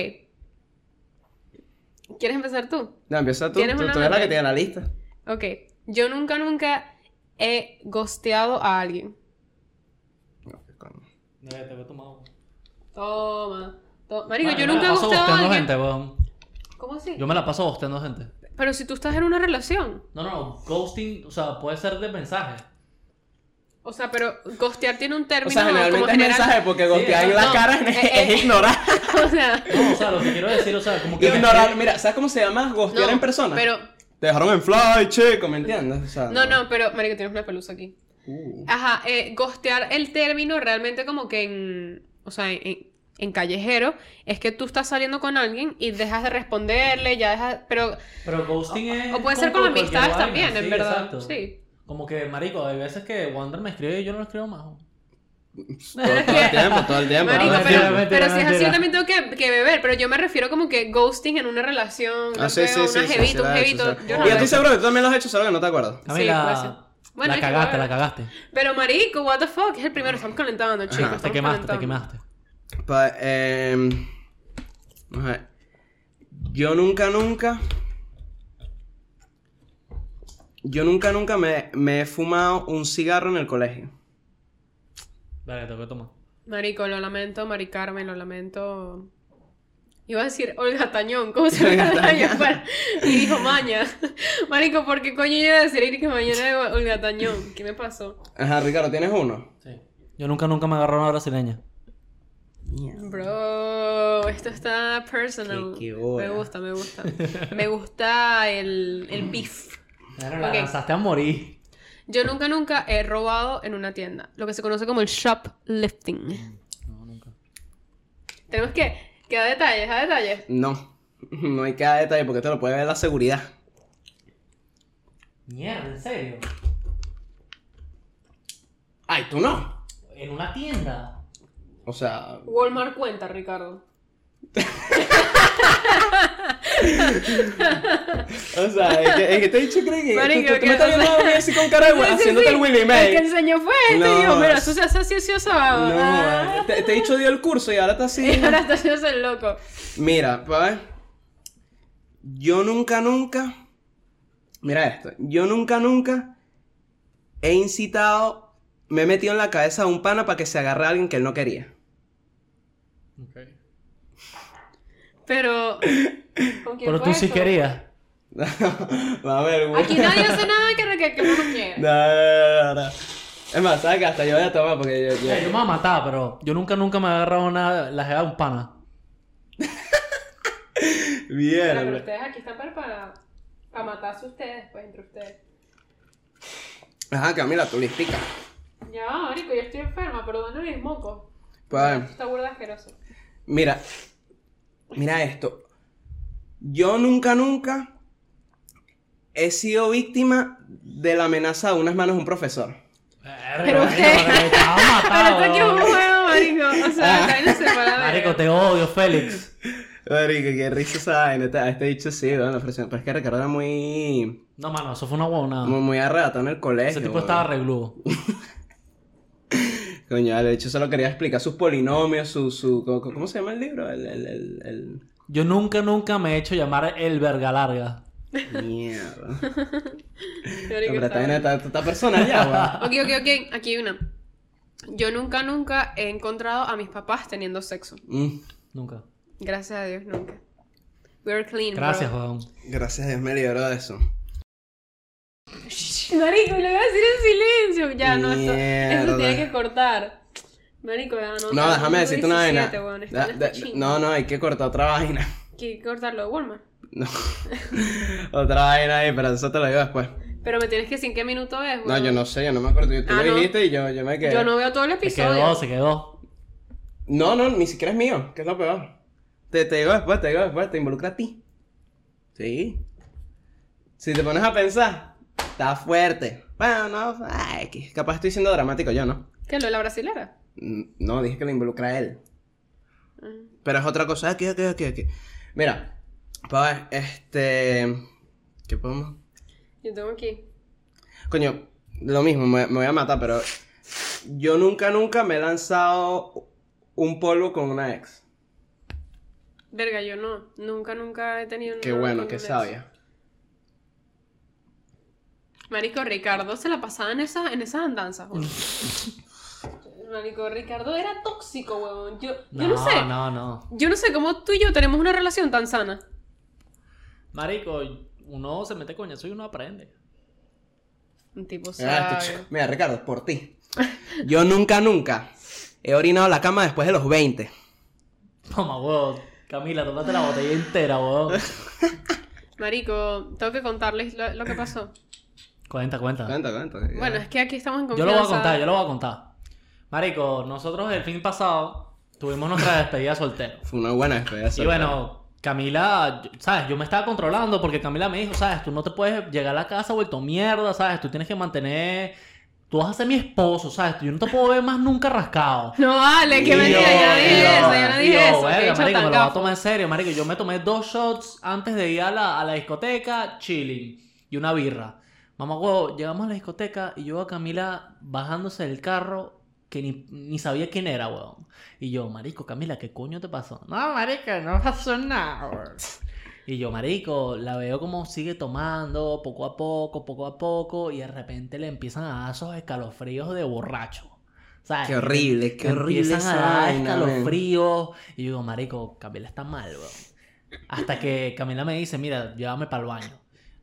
Speaker 2: ¿Quieres empezar tú?
Speaker 1: No, empieza tú.
Speaker 2: ¿Tienes
Speaker 1: Tú,
Speaker 2: una
Speaker 1: tú eres la
Speaker 2: nota?
Speaker 1: que tiene la lista.
Speaker 2: Ok. Yo nunca, nunca he gosteado a alguien.
Speaker 1: No, qué coño.
Speaker 3: No, te voy a tomar agua.
Speaker 2: Toma. to- Marico,
Speaker 3: Vale,
Speaker 2: yo
Speaker 3: me la
Speaker 2: nunca he
Speaker 3: paso
Speaker 2: gosteado a
Speaker 3: bosteando
Speaker 2: alguien.
Speaker 3: gente, weón.
Speaker 2: ¿Cómo así?
Speaker 3: Yo me la paso bosteando gente.
Speaker 2: Pero si tú estás en una relación.
Speaker 3: No, no, no. Ghosting, o sea, puede ser de mensaje.
Speaker 2: O sea, pero ghostear tiene un término
Speaker 1: O sea,
Speaker 2: como
Speaker 1: generalmente es
Speaker 2: general.
Speaker 1: mensaje porque gostear en
Speaker 2: no,
Speaker 1: la
Speaker 2: no.
Speaker 1: cara es,
Speaker 2: Eh, eh.
Speaker 1: es ignorar.
Speaker 2: O sea,
Speaker 3: No, o sea, lo que quiero decir, o sea, como que.
Speaker 1: ignorar. Mira, ¿sabes cómo se llama gostear
Speaker 2: no,
Speaker 1: en persona?
Speaker 2: Pero,
Speaker 1: Te dejaron en fly, chico, ¿me entiendes? O sea,
Speaker 2: no, no, pero, marico, tienes una pelusa aquí.
Speaker 1: Uh.
Speaker 2: Ajá, eh, ghostear el término realmente como que en, o sea, en, en callejero, es que tú estás saliendo con alguien y dejas de responderle, ya dejas, pero,
Speaker 3: Pero ghosting
Speaker 1: Eh,
Speaker 3: es.
Speaker 2: o puede ser con
Speaker 3: cualquier
Speaker 2: amistades
Speaker 3: vaina,
Speaker 2: también, en
Speaker 3: sí,
Speaker 2: verdad,
Speaker 3: exacto.
Speaker 2: sí.
Speaker 3: Como que, marico, hay veces que Wander me escribe y yo no le escribo más.
Speaker 1: Todo, todo el tiempo, todo el tiempo.
Speaker 2: Marico,
Speaker 1: todo el
Speaker 2: pero,
Speaker 1: tiempo.
Speaker 3: mentira,
Speaker 2: pero si es así,
Speaker 3: mentira.
Speaker 2: yo también tengo que, que beber. Pero yo me refiero como que ghosting en una relación.
Speaker 1: Ah,
Speaker 2: no
Speaker 1: sí,
Speaker 2: veo,
Speaker 1: sí, sí.
Speaker 2: una
Speaker 1: sí, sí,
Speaker 2: jevita,
Speaker 1: lo
Speaker 2: un
Speaker 1: has hecho,
Speaker 2: jevito.
Speaker 1: sí.
Speaker 2: Yo no
Speaker 1: Y a
Speaker 2: veo.
Speaker 1: ti seguro que tú también lo has hecho, solo que no te acuerdas.
Speaker 3: A
Speaker 2: Sí,
Speaker 3: mí
Speaker 2: puede
Speaker 3: la...
Speaker 2: ser. Bueno,
Speaker 3: la
Speaker 2: hay que
Speaker 3: cagaste,
Speaker 2: ver.
Speaker 3: la cagaste.
Speaker 2: Pero marico, what the fuck, es el primero, estamos calentando, chicos.
Speaker 1: Ajá.
Speaker 2: estamos
Speaker 3: te quemaste,
Speaker 2: calentando.
Speaker 3: te quemaste.
Speaker 1: Pa- em, vamos a ver. Yo nunca, nunca. Yo nunca, nunca me, me he fumado un cigarro en el colegio.
Speaker 3: Dale, te voy a tomar.
Speaker 2: Marico, lo lamento, Mari Carmen, lo lamento. Iba a decir Olga Tañón, ¿cómo se llama
Speaker 1: Olga
Speaker 2: Olga Tañón?
Speaker 1: Tañón.
Speaker 2: Para- Y dijo Maña. Marico, ¿por qué coño yo iba a decir que mañana era Olga Tañón? ¿Qué me pasó?
Speaker 1: Ajá, Ricardo, ¿tienes uno?
Speaker 3: Sí. Yo nunca, nunca me agarré una brasileña.
Speaker 2: Bro, esto está personal.
Speaker 1: Qué- qué hora.
Speaker 2: me gusta, me gusta. Me gusta el, el beef.
Speaker 3: Claro,
Speaker 2: la Ok.
Speaker 3: lanzaste a morir.
Speaker 2: Yo nunca, nunca he robado en una tienda. Lo que se conoce como el shoplifting.
Speaker 3: No, nunca.
Speaker 2: Tenemos que, que dar detalles, a detalles.
Speaker 1: No. No hay que dar detalle porque esto lo puede ver la seguridad.
Speaker 3: Mierda, ¿en serio?
Speaker 1: Ay, tú no.
Speaker 3: En una tienda.
Speaker 1: O sea,
Speaker 2: Walmart cuenta, Ricardo.
Speaker 1: o sea, es que, es que te he dicho, creo que.
Speaker 2: Marico,
Speaker 1: tú, tú
Speaker 2: que,
Speaker 1: me estás
Speaker 2: o sea,
Speaker 1: viendo a mí así con cara de
Speaker 2: Sí,
Speaker 1: güey,
Speaker 2: sí,
Speaker 1: haciéndote
Speaker 2: sí.
Speaker 1: el Willy
Speaker 2: El que
Speaker 1: May.
Speaker 2: enseñó fue este y yo,
Speaker 1: No.
Speaker 2: mira, eso se hace así, así, asado. Ah.
Speaker 1: No, te, te he dicho dio el curso y ahora estás así.
Speaker 2: Y ahora está haciendo el loco.
Speaker 1: Mira, pa' ver. Yo nunca, nunca. Mira esto. Yo nunca, nunca he incitado. Me he metido en la cabeza a un pana para que se agarre a alguien que él no quería.
Speaker 2: Pero. ¿con quién
Speaker 3: Pero
Speaker 2: fue
Speaker 3: tú sí
Speaker 2: eso?
Speaker 3: querías.
Speaker 1: a ver, güey.
Speaker 2: Aquí nadie hace nada que Raquel que no
Speaker 1: No,
Speaker 2: quiere.
Speaker 1: no, no, no, no. Es más, ¿sabes qué? Hasta yo voy a tomar porque yo. yo-
Speaker 3: Eh, yo me voy a matar, pero yo nunca, nunca me he agarrado una, la jeva de un pana.
Speaker 1: Mierda.
Speaker 2: Pero ustedes aquí están para, para, para matarse ustedes, pues, entre ustedes.
Speaker 1: Ajá, Camila, tú le explicas.
Speaker 2: Ya, va, marico, yo estoy enferma, perdónenme mis mocos.
Speaker 1: Pa' Pues, ver.
Speaker 2: Está burda asqueroso.
Speaker 1: Mira, mira esto. Yo nunca, nunca he sido víctima de la amenaza de unas manos de un profesor.
Speaker 3: Pero
Speaker 2: usted-
Speaker 3: te vas a
Speaker 1: Ah.
Speaker 2: Pero esto
Speaker 3: matar,
Speaker 2: aquí es un
Speaker 3: weón.
Speaker 2: juego, marico. O sea, acá no se para
Speaker 3: Marico, te odio, Félix.
Speaker 1: Marico, qué risa esa vaina. Este, este dicho sí, bueno, la presión. Pero es que Ricardo era muy,
Speaker 3: No, mano, eso fue una huevonada.
Speaker 1: muy, muy arrebatado en el colegio.
Speaker 3: Ese tipo
Speaker 1: weón.
Speaker 3: estaba regludo.
Speaker 1: Coño, vale, de hecho solo quería explicar sus polinomios, su... su ¿cómo, cómo se llama el libro? El... el, el,
Speaker 3: Yo nunca, nunca me he hecho llamar el verga larga.
Speaker 1: el... Mierda.
Speaker 2: Marico,
Speaker 1: Pero
Speaker 2: está
Speaker 1: esta vaina
Speaker 2: bueno.
Speaker 1: está está personal ya, weón.
Speaker 2: Ok, ok, ok. Aquí hay una. Yo nunca, nunca he encontrado a mis papás teniendo sexo.
Speaker 1: Mm.
Speaker 3: Nunca.
Speaker 2: Gracias a Dios, nunca. We're clean. bro.
Speaker 3: Gracias, weón.
Speaker 1: Gracias a Dios me libró de eso.
Speaker 2: Marico, y lo iba a decir en silencio. Ya, no, esto, esto
Speaker 1: Mierda.
Speaker 2: tiene que cortar. Marico, ya no.
Speaker 1: No,
Speaker 2: ya,
Speaker 1: déjame
Speaker 2: minuto
Speaker 1: decirte una
Speaker 2: 17,
Speaker 1: vaina.
Speaker 2: weón, esto
Speaker 1: Da-
Speaker 2: ya está
Speaker 1: da-
Speaker 2: chimbo.
Speaker 1: no, no, hay que cortar otra vaina.
Speaker 2: Hay que cortarlo de Walmart.
Speaker 1: No. otra vaina ahí, pero eso te lo digo después.
Speaker 2: Pero me tienes que decir en qué minuto es,
Speaker 1: No,
Speaker 2: weón.
Speaker 1: yo no sé, yo no me acuerdo. Tú
Speaker 2: Ah,
Speaker 1: lo
Speaker 2: no.
Speaker 1: dijiste y yo, yo me quedé.
Speaker 2: Yo no veo todo el
Speaker 3: Se
Speaker 2: episodio.
Speaker 3: quedó, se quedó.
Speaker 1: No, no, ni siquiera es mío, que es lo peor. Te, te digo después, te digo después, te involucra a ti. Sí. Si te pones a pensar, está fuerte. Bueno, no, ay, que- capaz estoy siendo dramático yo, ¿no?
Speaker 2: ¿Qué, lo de la brasilera?
Speaker 1: N- No, dije que lo involucra a él.
Speaker 2: Ah.
Speaker 1: Pero es otra cosa. Aquí, aquí, aquí, aquí. Mira, pa' ver, este. ¿Qué podemos.?
Speaker 2: Yo tengo aquí.
Speaker 1: Coño, lo mismo, me, me voy a matar, pero. Yo nunca, nunca me he lanzado un polvo con una ex.
Speaker 2: Verga, yo no. Nunca, nunca he tenido
Speaker 1: Qué
Speaker 2: nada
Speaker 1: bueno,
Speaker 2: con
Speaker 1: qué
Speaker 2: un ex.
Speaker 1: sabia.
Speaker 2: Marico Ricardo se la pasaba en esas, en esas andanzas, weón. Marico Ricardo era tóxico, weón. Yo, yo no, sé.
Speaker 3: no, no.
Speaker 2: Yo no sé cómo tú y yo tenemos una relación tan sana.
Speaker 3: Marico, uno se mete coñazo y uno aprende.
Speaker 2: Un
Speaker 3: Ah,
Speaker 2: tipo
Speaker 1: Mira,
Speaker 2: sabio.
Speaker 1: este chico- mira, Ricardo, por ti. Yo nunca, nunca he orinado la cama después de los 20.
Speaker 3: Toma, weón. Camila, tómate la botella entera, weón.
Speaker 2: Marico, tengo que contarles lo, lo que pasó.
Speaker 3: Cuenta, cuenta.
Speaker 1: Cuenta, cuenta.
Speaker 2: Bueno, es que aquí estamos en
Speaker 3: Yo
Speaker 2: confianza.
Speaker 3: lo voy a contar, yo lo voy a contar. Marico, nosotros el fin pasado tuvimos nuestra despedida soltero.
Speaker 1: Fue una buena despedida.
Speaker 3: Y bueno, Camila, yo- ¿sabes? Yo me estaba controlando porque Camila me dijo, ¿sabes? Tú no te puedes llegar a la casa vuelto mierda, ¿sabes? Tú tienes que mantener... Tú vas a ser mi esposo, ¿sabes? Yo no te puedo ver más nunca rascado.
Speaker 2: No vale, que
Speaker 1: Y
Speaker 2: mentira,
Speaker 1: yo-
Speaker 2: yo no dije
Speaker 1: y yo-
Speaker 2: eso, yo no
Speaker 3: Y yo,
Speaker 2: dije eso.
Speaker 3: verga,
Speaker 2: que he hecho
Speaker 3: marico, me
Speaker 2: tan
Speaker 3: lo voy a
Speaker 2: gafo.
Speaker 3: tomar en serio, marico. Yo me tomé dos shots antes de ir a la, a la discoteca, chilling, y una birra. Mamá huevo, llegamos a la discoteca y yo veo a Camila bajándose del carro que ni, ni sabía quién era, huevón. Y yo, marico, Camila, ¿qué coño te pasó? No, marico, no pasó nada, huevón". Y yo, marico, la veo como sigue tomando poco a poco, poco a poco, y de repente le empiezan a dar esos escalofríos de borracho. ¿Sabes?
Speaker 1: Qué horrible,
Speaker 3: Que
Speaker 1: qué
Speaker 3: te
Speaker 1: horrible
Speaker 3: empiezan
Speaker 1: esa
Speaker 3: a dar
Speaker 1: vaina, man.
Speaker 3: escalofríos. Y yo digo, marico, Camila está mal, weón. Hasta que Camila me dice, mira, llévame para el baño.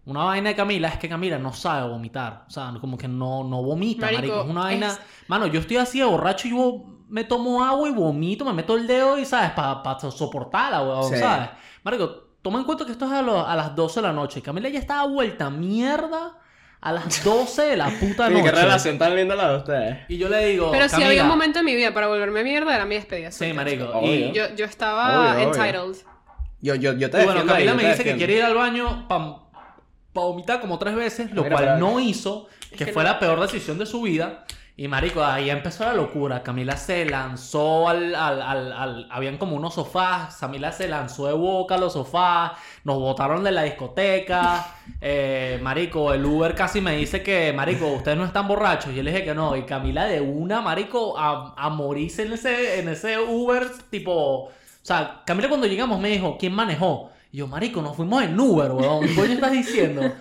Speaker 3: Una vaina de Camila es que Camila no sabe vomitar. O sea, como que no, no vomita, marico.
Speaker 2: Marico,
Speaker 3: Es una vaina...
Speaker 2: es-
Speaker 3: Mano, yo estoy así de borracho y yo me tomo agua y vomito, me meto el dedo y, ¿sabes? Para soportarla, weón,
Speaker 1: Sí.
Speaker 3: ¿sabes? Marico, toma en cuenta que esto es a, lo- a las 12 de la noche. Camila ya estaba vuelta mierda a las 12 de la puta
Speaker 1: Oye,
Speaker 3: noche.
Speaker 1: qué relación tan linda la de ustedes.
Speaker 3: Y yo le digo,
Speaker 2: Pero si
Speaker 3: Camila,
Speaker 2: había un momento en mi vida para volverme mierda, era mi despedida.
Speaker 3: Sí, marico.
Speaker 1: Obvio.
Speaker 3: Y,
Speaker 2: Yo, yo estaba
Speaker 1: Obvio, obvio.
Speaker 2: entitled.
Speaker 1: Yo, yo, yo te
Speaker 3: y bueno,
Speaker 1: defiendo ahí,
Speaker 3: Camila
Speaker 1: yo
Speaker 3: me
Speaker 1: te
Speaker 3: dice que
Speaker 1: defiendo.
Speaker 3: quiere ir al baño para vomitar como tres veces, lo
Speaker 1: Mira,
Speaker 3: cual
Speaker 1: para-
Speaker 3: no hizo, que
Speaker 2: que
Speaker 3: fue
Speaker 2: no.
Speaker 3: la peor decisión de su vida. Y marico, ahí empezó la locura. Camila se lanzó al, al, al, al- Habían como unos sofás. Camila se lanzó de boca a los sofás. Nos botaron de la discoteca. Eh, marico, el Uber casi me dice que, marico, ustedes no están borrachos. Yo le dije que no. Y Camila de una, marico, a, a morirse en ese, en ese Uber, tipo... O sea, Camila cuando llegamos me dijo, ¿quién manejó? Y yo, marico, nos fuimos en Uber, weón. ¿Qué coño estás diciendo?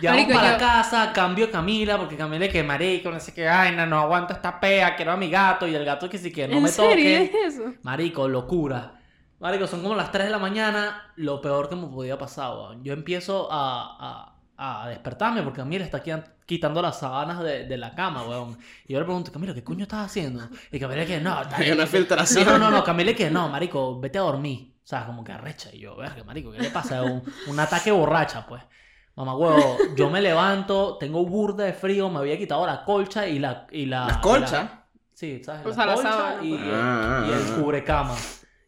Speaker 3: Llegamos
Speaker 2: Marico,
Speaker 3: para
Speaker 2: yo-
Speaker 3: casa, cambio a Camila, porque Camila que marico, no sé qué, ay, no, no aguanto esta pea, quiero a mi gato, y el gato que sí que no
Speaker 2: ¿En
Speaker 3: me
Speaker 2: serio
Speaker 3: toque.
Speaker 2: es eso?
Speaker 3: Marico, locura. Marico, son como las 3 de la mañana, lo peor que me podía pasar, weón. Yo empiezo a, a- a despertarme porque Camila está aquí quitando las sábanas de, de la cama, weón. Y yo le pregunto, Camila, ¿qué coño estás haciendo? Y Camila que no, está
Speaker 1: Hay una
Speaker 3: no,
Speaker 1: filtración.
Speaker 2: Ah,
Speaker 3: no, no, no, Camila que no, marico, vete a dormir. O sea, como que arrecha. Y yo, verga, marico, ¿qué le pasa? Un, un ataque borracha, pues. Mamá huevo, yo me levanto, tengo burda de frío, me había quitado la colcha y la... Y la
Speaker 1: ¿Las
Speaker 3: y
Speaker 1: colchas?
Speaker 3: la- sí, ¿sabes?
Speaker 2: O sea, la
Speaker 3: colcha
Speaker 2: sábana,
Speaker 3: y,
Speaker 2: pues.
Speaker 1: Ah,
Speaker 3: y el
Speaker 1: ah, ah.
Speaker 3: cubrecama.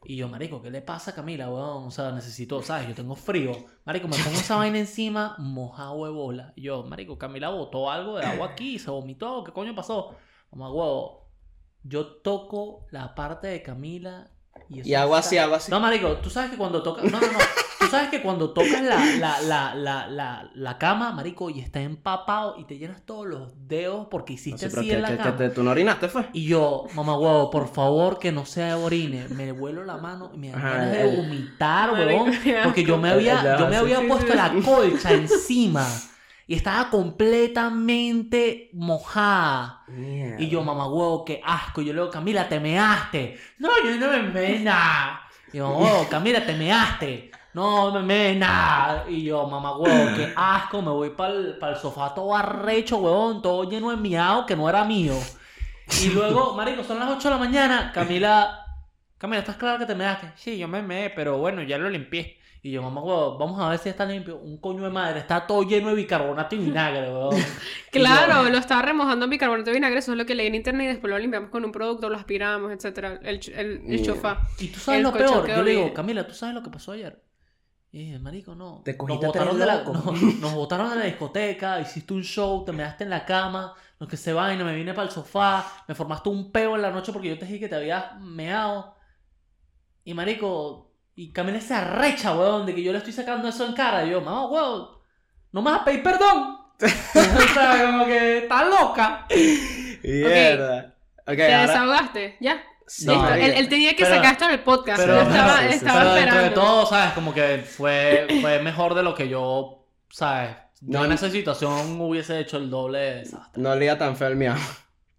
Speaker 3: Y yo, marico, ¿qué le pasa a Camila, weón? O sea, necesito, ¿sabes? Yo tengo frío. Marico, me pongo esa vaina encima, mojado de bola. Y yo, marico, Camila botó algo de agua aquí, se vomitó, ¿qué coño pasó? Mamá, huevo, yo toco la parte de Camila y eso
Speaker 1: Y hago
Speaker 3: está-
Speaker 1: así, hago así.
Speaker 3: No, marico, tú sabes que cuando tocas... No, no, no. Tú sabes que cuando tocas la, la, la, la, la, la cama, marico, y está empapado y te llenas todos los dedos porque hiciste
Speaker 1: Sí, pero
Speaker 3: así
Speaker 1: que-
Speaker 3: en la
Speaker 1: que- que
Speaker 3: cama.
Speaker 1: te- ¿Tú no orinaste, fue?
Speaker 3: Y yo, mamá huevo, por favor que no sea orine. Me vuelo la mano y me dan
Speaker 1: Ajá,
Speaker 3: ganas de
Speaker 1: el-
Speaker 3: vomitar,
Speaker 2: Marico,
Speaker 3: huevón.
Speaker 2: qué asco.
Speaker 3: Porque yo me
Speaker 1: El- el-
Speaker 3: había, yo
Speaker 1: sí,
Speaker 3: me había
Speaker 2: sí,
Speaker 3: puesto
Speaker 2: sí.
Speaker 3: la colcha encima. Y estaba completamente mojada. Y yo, mamá huevo, qué asco. Yo le digo, Camila, te measte. No, yo no me mena. Y yo, mamá huevo, Camila, te measte. No, me mena. Y yo, mamá huevo, qué asco. Me voy para el sofá todo arrecho, huevón. Todo lleno de miau que no era mío. Y luego, marico, son las 8 de la mañana. Camila, Camila, ¿estás claro que te measte? Sí, yo me meé, pero bueno, ya lo limpié. Y yo, mamá huevo, vamos a ver si está limpio. Un coño de madre, está todo lleno de bicarbonato y vinagre, huevón.
Speaker 2: Claro, lo estaba remojando en bicarbonato de vinagre, eso es lo que leí en internet y después lo limpiamos con un producto, lo aspiramos, etcétera, el, ch- el, el
Speaker 1: Yeah.
Speaker 2: chofá.
Speaker 3: Y tú sabes
Speaker 2: El
Speaker 3: lo
Speaker 2: colchón
Speaker 3: peor.
Speaker 2: quedó
Speaker 3: Yo le digo,
Speaker 2: bien.
Speaker 3: Camila, ¿tú sabes lo que pasó ayer? Y dije, marico, no.
Speaker 1: Te
Speaker 3: nos
Speaker 1: cogiste
Speaker 3: botaron, de
Speaker 1: tres
Speaker 3: la,
Speaker 1: locos.
Speaker 3: no, nos botaron de la discoteca, hiciste un show, te measte en la cama, no que se vaina, me vine para el sofá, me formaste un peo en la noche porque yo te dije que te habías meado. Y marico, y Camila se arrecha, weón, de que yo le estoy sacando eso en cara. Y yo, mamá, weón, no me vas a pedir perdón. o sea, como que está loca.
Speaker 1: Mierda. Ok,
Speaker 2: ¿Te
Speaker 1: ahora...
Speaker 2: desahogaste? Ya.
Speaker 1: Sí,
Speaker 3: Eh, No,
Speaker 2: Listo.
Speaker 1: marico.
Speaker 2: él, él tenía que
Speaker 3: Pero-
Speaker 2: sacar esto en el podcast,
Speaker 3: pero-
Speaker 2: lo estaba,
Speaker 1: sí, sí, sí.
Speaker 2: estaba
Speaker 3: pero dentro de
Speaker 2: esperando.
Speaker 3: todo, ¿sabes? Como que fue, fue mejor de lo que yo, ¿sabes? Yo
Speaker 1: No,
Speaker 3: en
Speaker 1: no.
Speaker 3: esa situación hubiese hecho el doble de desastre.
Speaker 1: No olía tan feo el miau.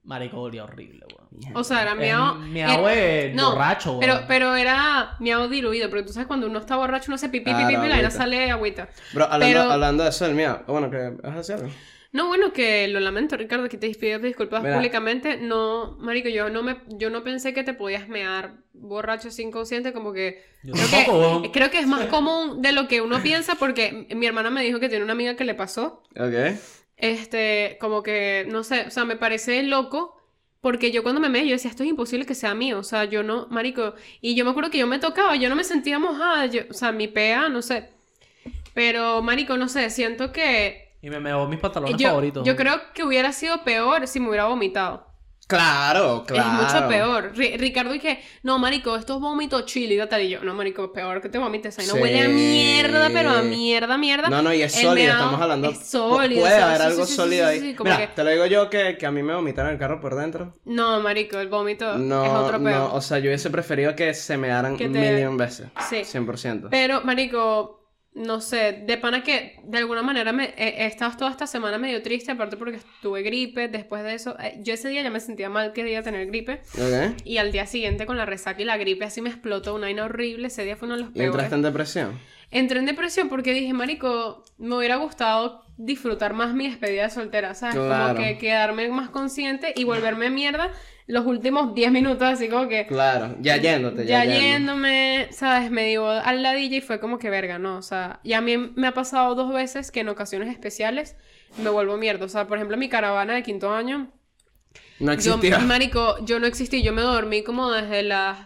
Speaker 3: Marico, olía horrible, weón.
Speaker 2: O sea, era
Speaker 3: Mi
Speaker 2: miau.
Speaker 3: miau
Speaker 2: eh,
Speaker 3: es
Speaker 2: no,
Speaker 3: borracho, weón.
Speaker 2: pero, pero era miau diluido, pero tú sabes cuando uno está borracho uno hace pipí,
Speaker 3: Ah,
Speaker 1: Claro,
Speaker 2: pipí, pipí, la vaina
Speaker 1: agüita.
Speaker 2: sale agüita.
Speaker 1: Bro, hablando,
Speaker 2: Pero-
Speaker 1: hablando de eso del miau. Bueno, que... ¿Vas a decir algo?
Speaker 2: No, bueno, que lo lamento, Ricardo, que te pidas disculpas
Speaker 1: Mira.
Speaker 2: públicamente. No, marico, yo no me, yo no pensé que te podías mear borracho, sin inconsciente, como que eh,
Speaker 3: Yo
Speaker 2: creo
Speaker 3: tampoco, weón.
Speaker 2: que, creo que es más común de lo que uno piensa, porque mi hermana me dijo que tiene una amiga que le pasó,
Speaker 1: Ok.
Speaker 2: este, como que, no sé, o sea, me parece loco, porque yo cuando me meé, yo decía, esto es imposible que sea mío, o sea, yo no, marico, y yo me acuerdo que yo me tocaba, yo no me sentía mojada, yo- o sea, mi pea, no sé, pero, marico, no sé, siento que
Speaker 3: Y me meó mis pantalones
Speaker 2: yo,
Speaker 3: favoritos.
Speaker 2: yo creo que hubiera sido peor si me hubiera vomitado.
Speaker 1: Claro, claro.
Speaker 2: Es mucho peor. Ri- Ricardo y que, no, marico, esto es vómito chile y tal. Y yo, no, marico, es peor que te vomites. Ahí no
Speaker 1: Sí.
Speaker 2: huele a mierda, pero a mierda, mierda.
Speaker 1: No, no, y es
Speaker 2: El
Speaker 1: sólido,
Speaker 2: meao
Speaker 1: estamos hablando.
Speaker 2: es
Speaker 1: Pu-
Speaker 2: sólido, o
Speaker 1: Puede
Speaker 2: sea,
Speaker 1: haber
Speaker 2: sí,
Speaker 1: algo
Speaker 2: sí, sí,
Speaker 1: sólido
Speaker 2: sí,
Speaker 1: ahí.
Speaker 2: sí, sí, como
Speaker 1: Mira,
Speaker 2: que-
Speaker 1: te lo digo yo que, que a mí me vomitaron el carro por dentro.
Speaker 2: No, marico, el vómito
Speaker 1: No,
Speaker 2: es otro peor.
Speaker 1: no, o sea, yo hubiese preferido que se me daran
Speaker 2: Que
Speaker 1: un
Speaker 2: te-
Speaker 1: millón veces.
Speaker 2: Sí.
Speaker 1: 100%.
Speaker 2: Pero, marico, no sé, de pana que de alguna manera me, he, he estado toda esta semana medio triste, aparte porque tuve gripe, después de eso, eh, yo ese día ya me sentía mal que día tener gripe,
Speaker 1: ¿Ok?
Speaker 2: y al día siguiente con la resaca y la gripe así me explotó una vaina horrible, ese día fue uno de los
Speaker 1: ¿Y
Speaker 2: peores.
Speaker 1: entraste en depresión?
Speaker 2: Entré en depresión porque dije, marico, me hubiera gustado disfrutar más mi despedida de soltera, ¿sabes?
Speaker 1: Claro.
Speaker 2: Como que quedarme más consciente y volverme mierda los últimos 10 minutos, así como que...
Speaker 1: Claro, ya yéndote.
Speaker 2: Ya
Speaker 1: Ya, yendo.
Speaker 2: yéndome, ¿sabes? Me dio al ladillo y fue como que verga, ¿no? O sea, y a mí me ha pasado dos veces que en ocasiones especiales me vuelvo mierda. O sea, por ejemplo, mi caravana de quinto año,
Speaker 1: No
Speaker 2: yo,
Speaker 1: existía.
Speaker 2: marico, yo no existí, yo me dormí como desde las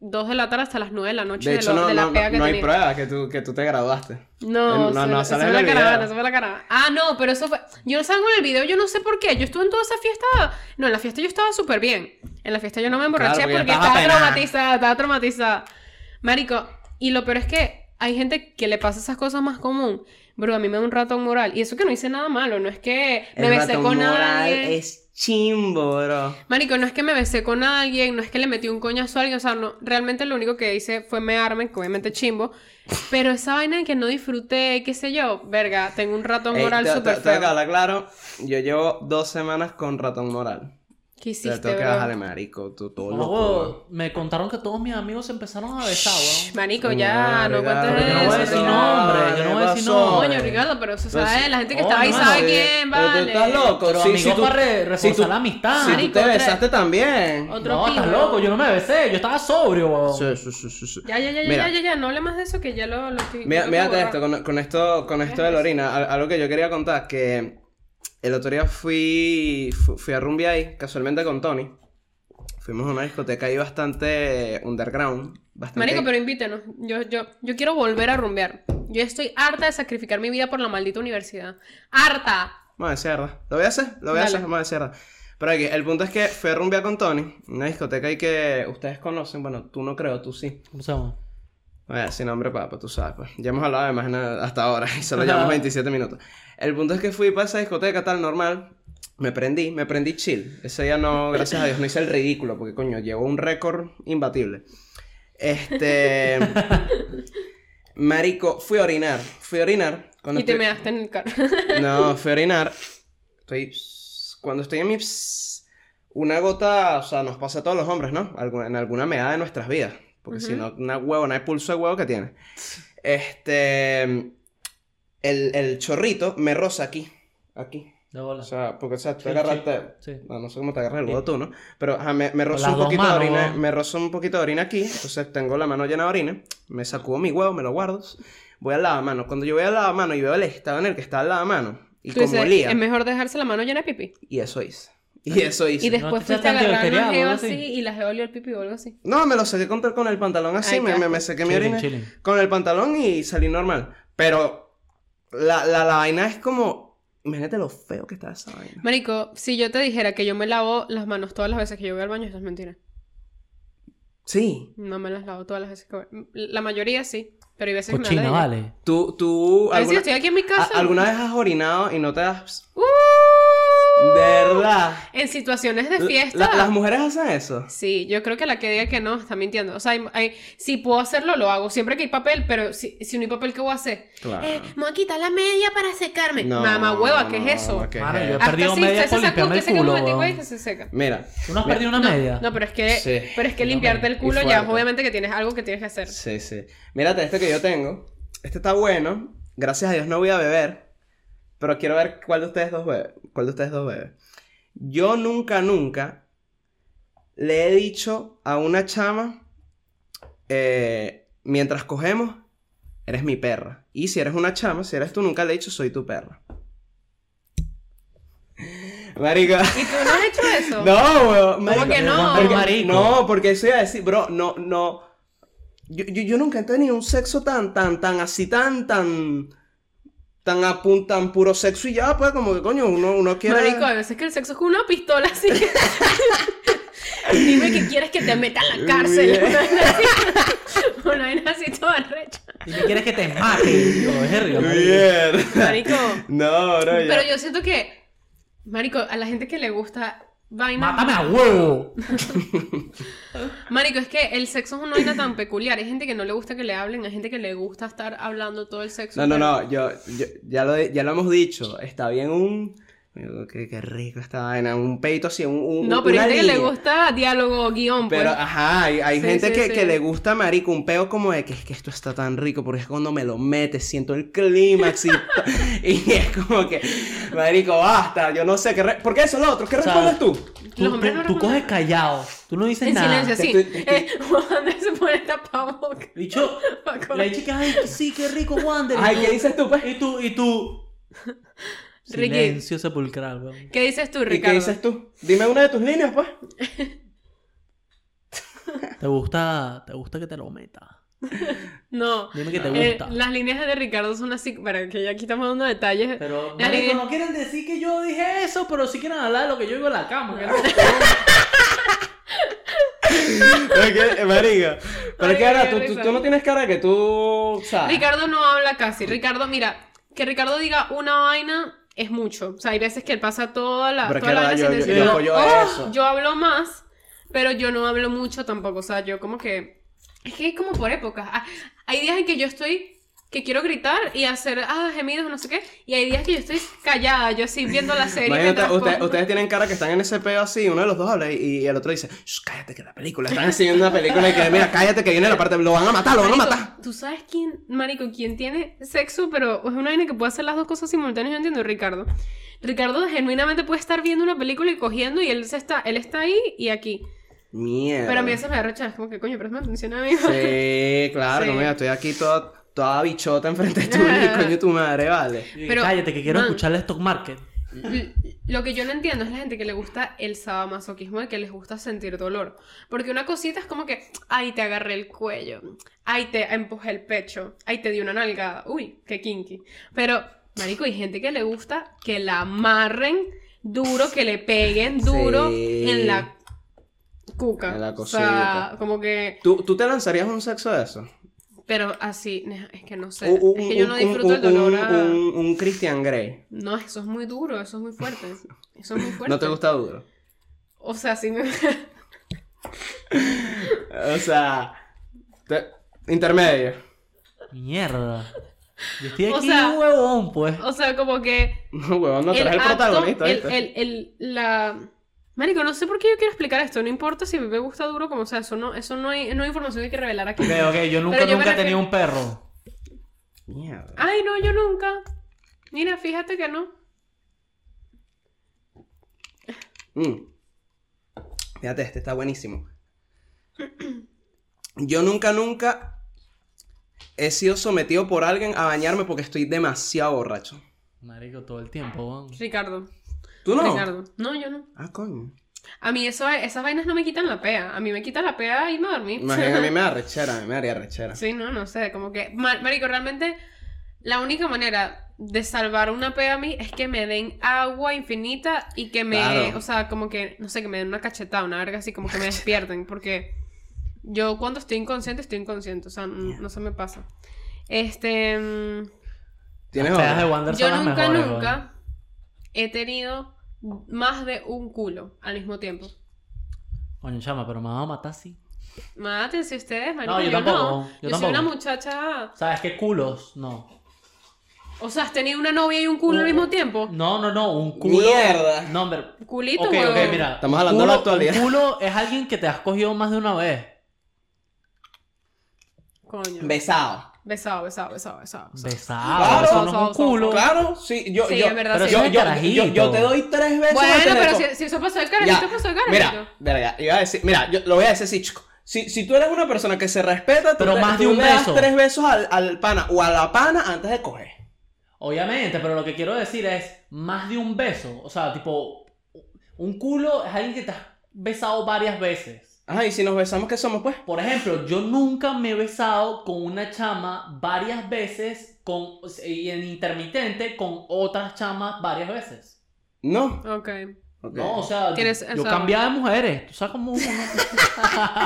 Speaker 2: 2 de la tarde hasta las 9 de la noche
Speaker 1: de
Speaker 2: de,
Speaker 1: hecho,
Speaker 2: lo-
Speaker 1: no,
Speaker 2: de la
Speaker 1: no,
Speaker 2: pega
Speaker 1: no,
Speaker 2: que
Speaker 1: no hay
Speaker 2: tenía.
Speaker 1: pruebas que tú, que tú te graduaste.
Speaker 2: No,
Speaker 1: Eh, no,
Speaker 2: eso-
Speaker 1: no,
Speaker 2: eso
Speaker 1: sale
Speaker 2: fue
Speaker 1: en
Speaker 2: la
Speaker 1: el
Speaker 2: caravana,
Speaker 1: video.
Speaker 2: eso fue la caravana. Ah, no, pero eso fue. Yo no salgo en el video, yo no sé por qué. Yo estuve en toda esa fiesta. No, en la fiesta yo estaba súper bien. En la fiesta yo no me emborraché
Speaker 1: Claro, porque
Speaker 2: porque
Speaker 1: estabas
Speaker 2: estaba
Speaker 1: apenada.
Speaker 2: traumatizada, estaba traumatizada. Marico, y lo peor es que hay gente que le pasa esas cosas más común. Bro, a mí me da un ratón moral. Y eso que no hice nada malo, no es que me besé
Speaker 1: ratón
Speaker 2: con
Speaker 1: moral
Speaker 2: alguien.
Speaker 1: es chimbo, bro.
Speaker 2: Marico, no es que me besé con alguien, no es que le metí un coñazo a alguien, o sea, no, realmente lo único que hice fue mearme, que obviamente chimbo, pero esa vaina de que no disfruté, qué sé yo, verga, tengo un ratón
Speaker 1: Ey,
Speaker 2: moral
Speaker 1: te- te-
Speaker 2: súper
Speaker 1: tengo que
Speaker 2: feo.
Speaker 1: hablar claro. Yo llevo dos semanas con ratón moral.
Speaker 2: ¿Qué
Speaker 1: Te
Speaker 2: hiciste,
Speaker 1: tengo que
Speaker 2: bro?
Speaker 1: bajarle, marico. Tú todo
Speaker 3: Oh,
Speaker 1: loco, bro.
Speaker 3: weón, me contaron que todos mis amigos se empezaron a besar, weón.
Speaker 2: Marico, ya, no
Speaker 1: Verga,
Speaker 2: cuentes
Speaker 3: Yo no voy a decir
Speaker 2: eso.
Speaker 3: no. nombre, yo no voy a decir nombre.
Speaker 2: Coño, Ricardo, pero eso
Speaker 1: Pero
Speaker 2: sabe,
Speaker 1: sí.
Speaker 2: la gente que
Speaker 3: Oh,
Speaker 2: estaba ahí
Speaker 3: hermano,
Speaker 2: sabe
Speaker 3: sí.
Speaker 2: quién,
Speaker 1: Pero
Speaker 2: vale.
Speaker 1: eh,
Speaker 2: Ah,
Speaker 1: tú estás loco.
Speaker 3: Pero
Speaker 1: sí,
Speaker 3: amigo,
Speaker 1: sí, tú-
Speaker 3: para re- reforzar
Speaker 1: sí, tú-
Speaker 3: la amistad.
Speaker 1: Si tú
Speaker 2: Marico,
Speaker 1: te
Speaker 2: otra-
Speaker 1: besaste también.
Speaker 2: Otro
Speaker 3: No,
Speaker 2: pibe.
Speaker 3: estás loco, yo no me besé, yo estaba sobrio, weón.
Speaker 1: Sí, sí, sí, sí, sí.
Speaker 2: Ya, ya, ya, ya,
Speaker 1: Mira.
Speaker 2: ya, ya, no hable más de eso que ya lo, lo estoy...
Speaker 1: Mira,
Speaker 2: lo
Speaker 1: mírate
Speaker 2: tengo
Speaker 1: esto,
Speaker 2: borrado.
Speaker 1: con, con esto, con esto de la orina, al- algo que yo quería contar, que el otro día fui, fu- fui a rumbear ahí, casualmente con Tony. Fuimos a una discoteca ahí bastante underground. Bastante...
Speaker 2: Marico, pero invítenos. Yo, yo, yo quiero volver a rumbear. Yo estoy harta de sacrificar mi vida por la maldita universidad. ¡Harta!
Speaker 1: Vamos a decir verdad. Lo voy a hacer, lo voy a
Speaker 2: Dale.
Speaker 1: hacer, vamos a decir verdad. Pero aquí, el punto es que fui a rumbear con Tony, una discoteca ahí que ustedes conocen, bueno, tú no creo, tú sí.
Speaker 3: ¿Cómo se llama?
Speaker 1: Bueno, sin nombre, papá, tú sabes, pues. Ya hemos hablado de Magna hasta ahora y solo llevamos 27 minutos. El punto es que fui para esa discoteca tal normal. Me prendí, me prendí chill. Ese día no, gracias a Dios, no hice el ridículo porque, coño, llevo un récord imbatible. Este. Marico, fui a orinar. Fui a orinar. Cuando
Speaker 2: Y te
Speaker 1: estoy-
Speaker 2: measte en el carro.
Speaker 1: No, fui a orinar. Estoy. Cuando estoy en mi. ps- Una gota, o sea, nos pasa a todos los hombres, ¿no? Algu- En alguna meada de nuestras vidas. Porque si no, una huevo, no hay pulso de huevo que tiene. Este. El, el chorrito me roza aquí. Aquí.
Speaker 3: De bola.
Speaker 1: O sea, porque, o sea, tú
Speaker 3: Sí,
Speaker 1: agarraste.
Speaker 3: sí, sí.
Speaker 1: No, no sé cómo te agarras el huevo tú, ¿no? Pero ajá, me, me rozó
Speaker 3: Eh, las
Speaker 1: un
Speaker 3: dos
Speaker 1: poquito
Speaker 3: manos,
Speaker 1: de orina.
Speaker 3: huevón.
Speaker 1: Me rozó un poquito de orina aquí. Entonces tengo la mano llena de orina. Me sacudo mi huevo, me lo guardo. Voy al lavamanos. Cuando yo voy al lavamanos y veo el estado en el que está el lavamanos. Y
Speaker 2: Tú
Speaker 1: como
Speaker 2: dices,
Speaker 1: olía.
Speaker 2: es mejor dejarse la mano llena de pipí.
Speaker 1: Y eso hice. Y eso hice.
Speaker 2: Y después fuiste
Speaker 3: te
Speaker 2: a
Speaker 3: echaste
Speaker 2: agarrar una
Speaker 3: antibacterial,
Speaker 2: jeva
Speaker 3: ¿no?
Speaker 2: así
Speaker 3: Sí.
Speaker 2: y la jeva olió el pipí o algo así.
Speaker 1: No, me lo saqué con, con el pantalón así,
Speaker 2: Ay,
Speaker 1: me,
Speaker 2: qué
Speaker 1: me, me
Speaker 2: asco.
Speaker 1: saqué mi
Speaker 3: Chilling,
Speaker 1: orina
Speaker 3: chilling.
Speaker 1: con el pantalón y salí normal. Pero la, la, la vaina es como... Imagínate lo feo que está esa vaina.
Speaker 2: Marico, si yo te dijera que yo me lavo las manos todas las veces que yo voy al baño, eso es mentira.
Speaker 1: Sí.
Speaker 2: No me las lavo todas las veces que voy. La mayoría sí, pero hay veces que me da
Speaker 3: Cochina,
Speaker 2: la idea.
Speaker 3: vale.
Speaker 1: Tú, tú...
Speaker 2: A veces
Speaker 1: alguna-
Speaker 2: estoy aquí en mi casa.
Speaker 1: ¿A- ¿Alguna vez has orinado y no te has...
Speaker 2: ¡Uh!
Speaker 1: ¿Verdad?
Speaker 2: En situaciones de
Speaker 1: La-
Speaker 2: fiesta.
Speaker 1: la- las mujeres hacen eso.
Speaker 2: Sí, yo creo que la que diga que no está mintiendo. O sea, hay- hay- si puedo hacerlo, lo hago. Siempre que hay papel, pero si, si no hay papel, ¿qué voy a hacer?
Speaker 1: Claro.
Speaker 2: Eh, me voy a quitar la media para secarme. Mamá hueva, ¿qué
Speaker 1: Ah. no,
Speaker 2: es eso?
Speaker 1: no, ¿qué es
Speaker 3: Mano, yo
Speaker 1: eso?
Speaker 3: he perdido
Speaker 2: si
Speaker 3: media
Speaker 2: usted
Speaker 3: por
Speaker 2: se saca, usted
Speaker 3: limpiarme el
Speaker 2: se saca un
Speaker 3: culo,
Speaker 2: momentico y
Speaker 3: weón.
Speaker 2: se seca.
Speaker 1: Mira.
Speaker 3: ¿Tú no has
Speaker 1: mira-
Speaker 3: perdido una media?
Speaker 2: No, pero es que,
Speaker 1: Sí.
Speaker 2: pero es que
Speaker 3: No,
Speaker 2: limpiarte el
Speaker 1: y
Speaker 2: culo ya,
Speaker 1: fuerte.
Speaker 2: obviamente que tienes algo que tienes que hacer.
Speaker 1: Sí, sí. Mírate este que yo tengo. Este está bueno. Gracias a Dios no voy a beber. Pero quiero ver cuál de ustedes dos bebe. ¿Cuál de ustedes dos bebe? Yo nunca, nunca le he dicho a una chama, eh, mientras cogemos, eres mi perra. Y si eres una chama, si eres tú, nunca le he dicho, soy tu perra. Marica.
Speaker 2: ¿Y tú no has hecho eso?
Speaker 1: No, weón. marico.
Speaker 2: que no?
Speaker 1: Porque-
Speaker 3: Marico.
Speaker 1: No, porque eso iba a decir, bro, no, no. Yo, yo, yo nunca he tenido un sexo tan, tan, tan, así, tan, tan. tan apuntan puro sexo y ya, pues, como que coño, uno, uno quiere.
Speaker 2: Marico, a veces que el sexo es con una pistola así. Dime que quieres que te meta en la cárcel.
Speaker 1: Bien.
Speaker 2: Una vaina así. Una vaina así toda recha.
Speaker 3: Y me quieres que te mate. Y yo, "Verga, marico".
Speaker 1: Bien.
Speaker 2: Marico.
Speaker 1: No, bro, ya.
Speaker 2: Pero yo siento que. Marico, a la gente que le gusta vainas.
Speaker 3: Mátame a huevo.
Speaker 2: Marico, es que el sexo es una vaina tan peculiar. Hay gente que no le gusta que le hablen, hay gente que le gusta estar hablando todo el sexo.
Speaker 1: No, no,
Speaker 2: pero-
Speaker 1: no, yo, yo- ya, lo, ya lo hemos dicho, está bien un... Qué, qué rico esta vaina, un peito así, un... un
Speaker 2: No, pero
Speaker 1: una
Speaker 2: hay gente que le
Speaker 1: línea.
Speaker 2: gusta diálogo, guión, pues.
Speaker 1: Pero, ah, ajá, hay, hay
Speaker 2: Sí,
Speaker 1: gente
Speaker 2: sí,
Speaker 1: que,
Speaker 2: sí.
Speaker 1: que le gusta, marico, un peo como de que es que esto está tan rico, porque es cuando me lo metes, siento el clímax y, y es como que, marico, basta, yo no sé qué... re- Porque eso es lo otro, ¿qué
Speaker 3: O sea,
Speaker 1: respondes tú?
Speaker 3: Tú,
Speaker 2: Los hombres
Speaker 3: tú-
Speaker 2: no
Speaker 3: tú
Speaker 2: responden
Speaker 3: coges callado. Tú no dices
Speaker 2: en
Speaker 3: nada.
Speaker 2: silencio, así.
Speaker 1: Te estoy- te
Speaker 2: Eh, Wander se pone tapabocas.
Speaker 3: Dicho, la chica, ay, sí, qué rico, Wander.
Speaker 1: Ay, ¿qué dices tú, pues?
Speaker 3: Y tú, y tú.
Speaker 2: Ricky.
Speaker 3: Silencio sepulcral, weón.
Speaker 2: ¿Qué dices tú,
Speaker 1: ¿Y qué
Speaker 2: Ricardo?
Speaker 1: dices tú? Dime una de tus líneas, pues.
Speaker 3: ¿Te gusta, te gusta que te lo meta?
Speaker 2: No.
Speaker 3: Dime que te
Speaker 2: Eh,
Speaker 3: gusta.
Speaker 2: las líneas de Ricardo son así, para que ya aquí estamos dando detalles.
Speaker 3: Pero
Speaker 2: La
Speaker 3: marico,
Speaker 2: línea-
Speaker 3: no quieren decir que yo dije eso, pero sí quieren hablar de lo que yo digo en la cama. que no-
Speaker 1: Ok, marico. Pero
Speaker 2: Ay,
Speaker 1: es que ahora
Speaker 2: eh, qué
Speaker 1: tú, tú-
Speaker 2: risa.
Speaker 1: tú no tienes cara de que tú... ¿sabes?
Speaker 2: Ricardo no habla casi. Ricardo, mira, que Ricardo diga una vaina es mucho. O sea, hay veces que él pasa toda la,
Speaker 1: Pero es que
Speaker 2: toda la
Speaker 1: verdad, yo-
Speaker 2: vaina sin
Speaker 1: yo-
Speaker 2: decir
Speaker 1: yo
Speaker 2: nada.
Speaker 1: apoyo
Speaker 2: Oh,
Speaker 1: eso.
Speaker 2: Yo hablo más, pero yo no hablo mucho tampoco. O sea, yo como que. Es que es como por épocas. Ah, Hay días en que yo estoy. Que quiero gritar y hacer ah, gemidos, no sé qué. Y hay días que yo estoy callada, yo así viendo la serie.
Speaker 1: Imagínate,
Speaker 2: mientras
Speaker 1: usted-
Speaker 2: como.
Speaker 1: ustedes tienen cara que están en ese peo así, uno de los dos habla y, y el otro dice, "Shh, cállate que la película, están enseñando una película y que mira, cállate que viene la parte, lo van a matar, lo van a
Speaker 2: Marico,
Speaker 1: matar.
Speaker 2: ¿Tú sabes quién, Marico, quién tiene sexo, pero es una vaina que puede hacer las dos cosas simultáneas? Yo entiendo, Ricardo. Ricardo genuinamente puede estar viendo una película y cogiendo y él se está, él está ahí y aquí.
Speaker 1: Mierda.
Speaker 2: Pero a mí eso me da rechazo, es como que coño, pero me atención a mí.
Speaker 1: Sí, claro,
Speaker 2: Sí.
Speaker 1: mira, estoy aquí toda, toda bichota enfrente de tu y coño tu madre, vale.
Speaker 3: Y
Speaker 2: Pero,
Speaker 3: Cállate, que quiero
Speaker 2: man.
Speaker 3: escuchar el stock market.
Speaker 2: L- Lo que yo no entiendo es la gente que le gusta el sadomasoquismo de que les gusta sentir dolor. Porque una cosita es como que, ay, te agarré el cuello, ay, te empujé el pecho, ay, te di una nalgada, uy, qué kinky. Pero, marico, hay gente que le gusta que la amarren duro, que le peguen duro
Speaker 1: Sí.
Speaker 2: en la cuca.
Speaker 1: En la
Speaker 2: O sea,
Speaker 1: cosita.
Speaker 2: como que,
Speaker 1: ¿Tú, ¿Tú te lanzarías un sexo de eso?
Speaker 2: pero así, ne- es que no sé,
Speaker 1: Un- un-
Speaker 2: es que yo no
Speaker 1: un-
Speaker 2: disfruto
Speaker 1: un-
Speaker 2: el dolor
Speaker 1: un-
Speaker 2: a-
Speaker 1: un- un Christian Grey.
Speaker 2: No, eso es muy duro, eso es muy fuerte. Eso es muy fuerte.
Speaker 1: ¿No te gusta duro?
Speaker 2: O sea, sí me...
Speaker 1: O sea, te- intermedio.
Speaker 3: Mierda. Yo estoy
Speaker 2: O
Speaker 3: aquí
Speaker 2: sea-
Speaker 3: huevón, pues.
Speaker 2: O sea, como que
Speaker 1: No, huevón, no, tú eres el
Speaker 2: acto,
Speaker 1: protagonista,
Speaker 2: el-
Speaker 1: ¿viste?
Speaker 2: el- el- la... Marico, no sé por qué yo quiero explicar esto. No importa si me gusta duro como sea. Eso no, eso no hay, no hay información que hay que revelar aquí.
Speaker 3: Ok, ok, yo nunca,
Speaker 2: Pero yo me
Speaker 3: nunca he
Speaker 2: refiero-
Speaker 3: tenido un perro.
Speaker 1: Mierda.
Speaker 2: Ay, no, yo nunca. Mira, fíjate que no.
Speaker 1: Mm. Fíjate, este está buenísimo. Yo nunca, nunca he sido sometido por alguien a bañarme porque estoy demasiado borracho.
Speaker 3: Marico, todo el tiempo, weón.
Speaker 2: Ricardo.
Speaker 1: ¿Tú no?
Speaker 2: Ricardo. No, yo no.
Speaker 1: Ah, coño.
Speaker 2: A mí eso, esas vainas no me quitan la pea. A mí me quita la pea irme a dormir.
Speaker 1: Más bien a mí me da rechera, a mí me haría rechera.
Speaker 2: Sí, no, no sé, como que... Mar- Marico, realmente la única manera de salvar una pega a mí es que me den agua infinita y que me...
Speaker 1: Claro.
Speaker 2: O sea, como que, no sé, que me den una cachetada, una verga así, como que me despierten, porque yo cuando estoy inconsciente, estoy inconsciente, o sea, n- no se me pasa. Este... mm,
Speaker 1: ¿Tienes
Speaker 3: Las pedas de
Speaker 1: otra?
Speaker 3: Wander son
Speaker 2: Yo
Speaker 3: las
Speaker 2: nunca,
Speaker 3: mejores, weón.
Speaker 2: nunca he tenido más de un culo al mismo tiempo.
Speaker 3: Coño, chama, pero me van a matar, sí.
Speaker 2: Mátense ustedes, marico,
Speaker 3: yo
Speaker 2: yo,
Speaker 3: tampoco,
Speaker 2: no.
Speaker 3: yo
Speaker 2: Yo, soy una
Speaker 3: tampoco.
Speaker 2: muchacha...
Speaker 3: ¿Sabes qué culos? No.
Speaker 2: O sea, has tenido una novia y un culo al
Speaker 3: Oh.
Speaker 2: mismo tiempo.
Speaker 3: No, no, no, un culo.
Speaker 1: Mierda.
Speaker 3: No, pero.
Speaker 2: Culito,
Speaker 3: ok,
Speaker 2: huevón.
Speaker 3: ok, mira.
Speaker 1: Estamos hablando de la
Speaker 3: Culo-
Speaker 1: actualidad.
Speaker 3: Un culo es alguien que te has cogido más de una vez.
Speaker 2: Coño.
Speaker 1: Besado.
Speaker 2: Besado, besado, besado, besado. besado.
Speaker 3: Besado,
Speaker 1: Claro,
Speaker 3: eso no
Speaker 2: so-
Speaker 3: es
Speaker 2: so-
Speaker 3: un culo.
Speaker 1: Claro, sí, yo,
Speaker 2: Sí,
Speaker 1: yo,
Speaker 2: en verdad,
Speaker 1: pero
Speaker 2: sí.
Speaker 1: yo,
Speaker 3: Ese
Speaker 1: yo,
Speaker 3: carajito.
Speaker 1: yo- yo te doy tres veces.
Speaker 2: Bueno,
Speaker 1: mantener
Speaker 2: pero
Speaker 1: con-
Speaker 2: si, si eso pasó de
Speaker 1: Ya.
Speaker 2: carajito, pasó de carajito.
Speaker 1: Mira, mira, ya, iba a decir, mira, yo lo voy a decir así, chico. Si, si tú eres una persona que se respeta, tú
Speaker 3: Pero
Speaker 1: te-
Speaker 3: más
Speaker 1: tú
Speaker 3: de un
Speaker 1: le das
Speaker 3: beso.
Speaker 1: tres besos al, al pana o a la pana antes de coger.
Speaker 3: Obviamente, pero lo que quiero decir es más de un beso. O sea, tipo, un culo es alguien que te has besado varias veces.
Speaker 1: Ajá, y si nos besamos, ¿qué somos, pues?
Speaker 3: Por ejemplo, yo nunca me he besado con una chama varias veces con, y en intermitente con otras chamas varias veces.
Speaker 1: No.
Speaker 2: Ok.
Speaker 1: Ok.
Speaker 3: No, o sea,
Speaker 2: Tienes-
Speaker 3: yo
Speaker 2: o sea-
Speaker 3: cambiaba de mujeres. Tú sabes cómo uno-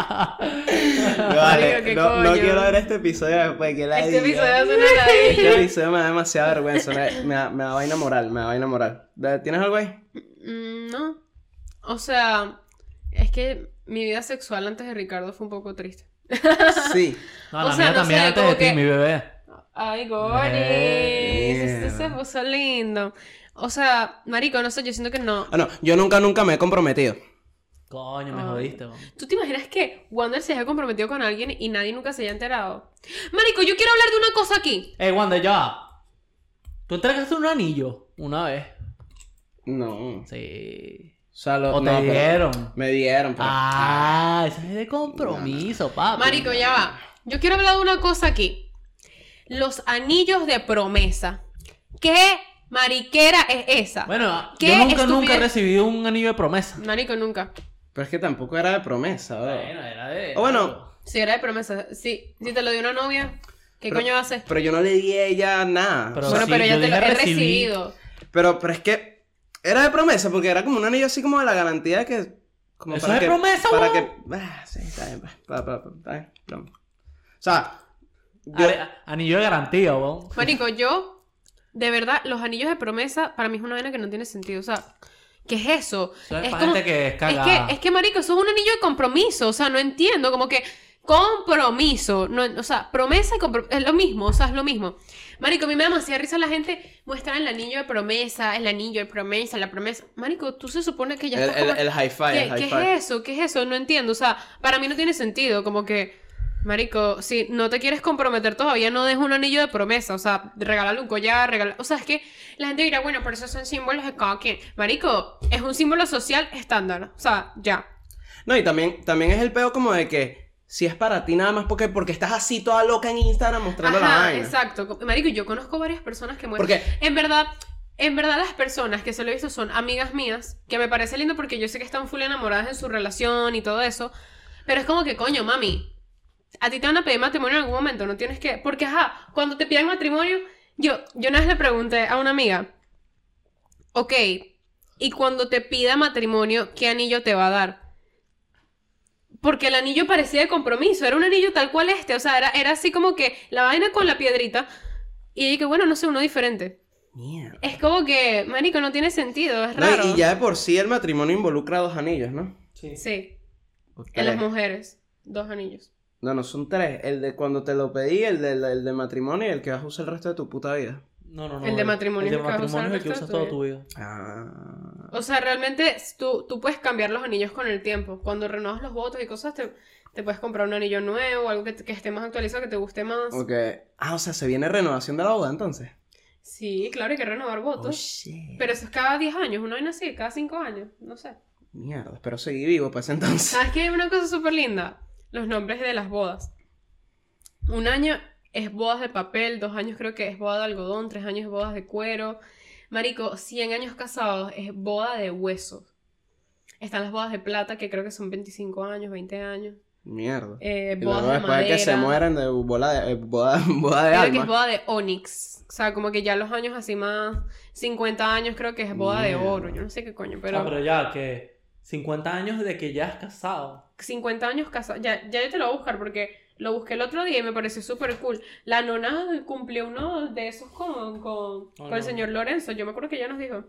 Speaker 2: Marico,
Speaker 1: Vale,
Speaker 2: ¿qué
Speaker 1: no, no
Speaker 2: coño?
Speaker 1: quiero ver este episodio después que la
Speaker 2: Este
Speaker 1: diga.
Speaker 2: episodio es una ladilla.
Speaker 1: Este episodio me da demasiada vergüenza, me, me da, me da vaina moral, me da vaina moral. Da- ¿Tienes algo ahí?
Speaker 2: Mm, No. O sea, es que mi vida sexual antes de Ricardo fue un poco triste.
Speaker 1: Sí.
Speaker 3: No,
Speaker 2: O
Speaker 3: la
Speaker 2: sea,
Speaker 3: mía
Speaker 2: no
Speaker 3: también
Speaker 2: sé,
Speaker 3: antes de
Speaker 2: como
Speaker 3: ti,
Speaker 2: que-
Speaker 3: mi bebé.
Speaker 2: Ay,
Speaker 1: Eh,
Speaker 2: Goris, esto se
Speaker 1: mierda.
Speaker 2: puso lindo. O sea, marico, no sé, yo siento que no.
Speaker 1: Ah, no, yo nunca, nunca me he comprometido.
Speaker 3: Coño, me
Speaker 2: Ah.
Speaker 3: jodiste, man.
Speaker 2: ¿Tú te imaginas que Wander se haya comprometido con alguien y nadie nunca se haya enterado? Marico, yo quiero hablar de una cosa aquí.
Speaker 3: Ey, Wanda, ya. va. Tú entregaste un anillo una vez.
Speaker 1: No. O
Speaker 3: Sí.
Speaker 1: sea, lo,
Speaker 3: O te
Speaker 1: no, pero-
Speaker 3: dieron.
Speaker 1: Me dieron, pues. pero-
Speaker 3: Ah, eso es de compromiso, papi.
Speaker 2: Ah, Marico, ya va. Yo quiero hablar de una cosa aquí. Los anillos de promesa. ¿Qué mariquera es esa?
Speaker 3: Bueno,
Speaker 2: ¿Qué
Speaker 3: yo nunca, nunca
Speaker 2: estupidez?
Speaker 3: he recibido un anillo de promesa.
Speaker 2: Marico, nunca.
Speaker 1: Pero es que tampoco era de promesa, ¿verdad?
Speaker 3: era de.
Speaker 1: O bueno,
Speaker 2: Si era de promesa, sí. Si te lo dio una novia, ¿qué
Speaker 1: Pero-
Speaker 2: coño haces?
Speaker 1: pero yo no le di a ella nada.
Speaker 3: Pero
Speaker 1: O sea,
Speaker 2: bueno,
Speaker 3: sí,
Speaker 2: pero
Speaker 3: yo
Speaker 2: ya te lo
Speaker 3: dije
Speaker 2: he
Speaker 3: recibí.
Speaker 2: recibido.
Speaker 1: pero, pero es que era de promesa, porque era como un anillo así como de la garantía de que. Como
Speaker 3: Eso
Speaker 1: para
Speaker 3: es
Speaker 1: que,
Speaker 3: promesa,
Speaker 1: Para
Speaker 3: weón.
Speaker 1: que. Ah, sí, está bien, pa- pa- pa- pa- está bien, broma. O sea, yo-
Speaker 3: Ale- a- Anillo de garantía, weón.
Speaker 2: Marico, yo, de verdad, los anillos de promesa para mí es una vaina que no tiene sentido. O sea, ¿qué es eso?
Speaker 3: Eso es
Speaker 2: es
Speaker 3: pa'
Speaker 2: como-
Speaker 3: gente que es
Speaker 2: Es
Speaker 3: cagada.
Speaker 2: que, es que, Marico, eso es un anillo de compromiso. O sea, no entiendo. Como que compromiso. No, o sea, promesa y compromiso. Es lo mismo. O sea, es lo mismo. Marico, a mí me da demasiada risa la gente muestra el anillo de promesa, el anillo de promesa, la promesa. Marico, tú se supone que ya
Speaker 1: el,
Speaker 2: estás
Speaker 1: el,
Speaker 2: como-
Speaker 1: el hi-fi,
Speaker 2: ¿Qué,
Speaker 1: el hi-fi.
Speaker 2: qué es eso? ¿Qué es eso? No entiendo. O sea, para mí no tiene sentido. Como que, Marico, si no te quieres comprometer todavía, no des un anillo de promesa. O sea, regálale un collar, regala... O sea, es que la gente dirá, bueno, pero esos son símbolos de cada quien. Marico, es un símbolo social estándar. O sea, ya.
Speaker 1: No, y también, también es el peo como de que si es para ti nada más porque, porque estás así toda loca en Instagram mostrando la
Speaker 2: Ajá,
Speaker 1: vaina.
Speaker 2: exacto. Co- Marico, yo conozco varias personas que muestran.
Speaker 1: Porque
Speaker 2: En verdad. En verdad las personas que se lo he visto son amigas mías, que me parece lindo porque yo sé que están full enamoradas en su relación y todo eso, pero es como que, coño, mami, a ti te van a pedir matrimonio en algún momento, no tienes que, porque ajá, cuando te piden matrimonio, yo, yo una vez le pregunté a una amiga, ok, y cuando te pida matrimonio, ¿qué anillo te va a dar? Porque el anillo parecía de compromiso, era un anillo tal cual este, o sea, era, era así como que la vaina con la piedrita, y ella que, bueno, no sé, uno diferente.
Speaker 1: Mierda.
Speaker 2: Es como que, marico, no tiene sentido, es
Speaker 1: No, y-
Speaker 2: raro.
Speaker 1: y ya de por sí el matrimonio involucra dos anillos, ¿no? O
Speaker 2: Sí, en las
Speaker 1: Pues tres.
Speaker 2: mujeres, dos anillos.
Speaker 1: No, no, son tres. El de cuando te lo pedí, el de, el de matrimonio y el que vas a usar el resto de tu puta vida.
Speaker 3: No, no, no.
Speaker 2: El de matrimonio
Speaker 3: El
Speaker 2: es
Speaker 3: de
Speaker 2: el que vas a usar
Speaker 3: matrimonio
Speaker 2: el
Speaker 3: es el que
Speaker 2: resto
Speaker 3: usas
Speaker 2: de
Speaker 3: toda
Speaker 2: tu
Speaker 3: tu vida.
Speaker 1: Ah.
Speaker 2: O sea, realmente tú, tú puedes cambiar los anillos con el tiempo. Cuando renovas los votos y cosas, te, te puedes comprar un anillo nuevo, algo que, te- que esté más actualizado, que te guste más.
Speaker 1: Ok. Ah, o sea, se viene renovación de la boda entonces.
Speaker 2: Sí, claro, hay que renovar
Speaker 1: Oh,
Speaker 2: votos.
Speaker 1: shit.
Speaker 2: pero eso es cada 10 años, una vaina así, cada 5 años, no sé.
Speaker 1: Mierda, espero seguir vivo para ese entonces.
Speaker 2: ¿Sabes qué? Una cosa súper linda. Los nombres de las bodas. Un año es bodas de papel, dos años creo que es boda de algodón, tres años es bodas de cuero. Marico, 100 años casados es boda de huesos. Están las bodas de plata, que creo que son 25 años, 20 años.
Speaker 1: Mierda.
Speaker 2: Eh,
Speaker 1: Y
Speaker 2: bodas
Speaker 1: luego
Speaker 2: de
Speaker 1: después de
Speaker 2: madera.
Speaker 1: que se mueran de bola de, eh, boda, boda de
Speaker 2: creo que es
Speaker 1: alma.
Speaker 2: boda de onix. O sea, como que ya los años así más... 50 años creo que es boda de
Speaker 1: Mierda.
Speaker 2: oro. Yo no sé qué coño, pero...
Speaker 3: Ah, pero ya, que 50 años de que ya has casado.
Speaker 2: 50 años casado. Ya, ya yo te lo voy a buscar porque lo busqué el otro día y me pareció súper cool. La nona cumplió uno de esos con, con,
Speaker 1: Oh,
Speaker 2: con
Speaker 3: no.
Speaker 2: el señor Lorenzo. Yo me acuerdo que ella nos dijo.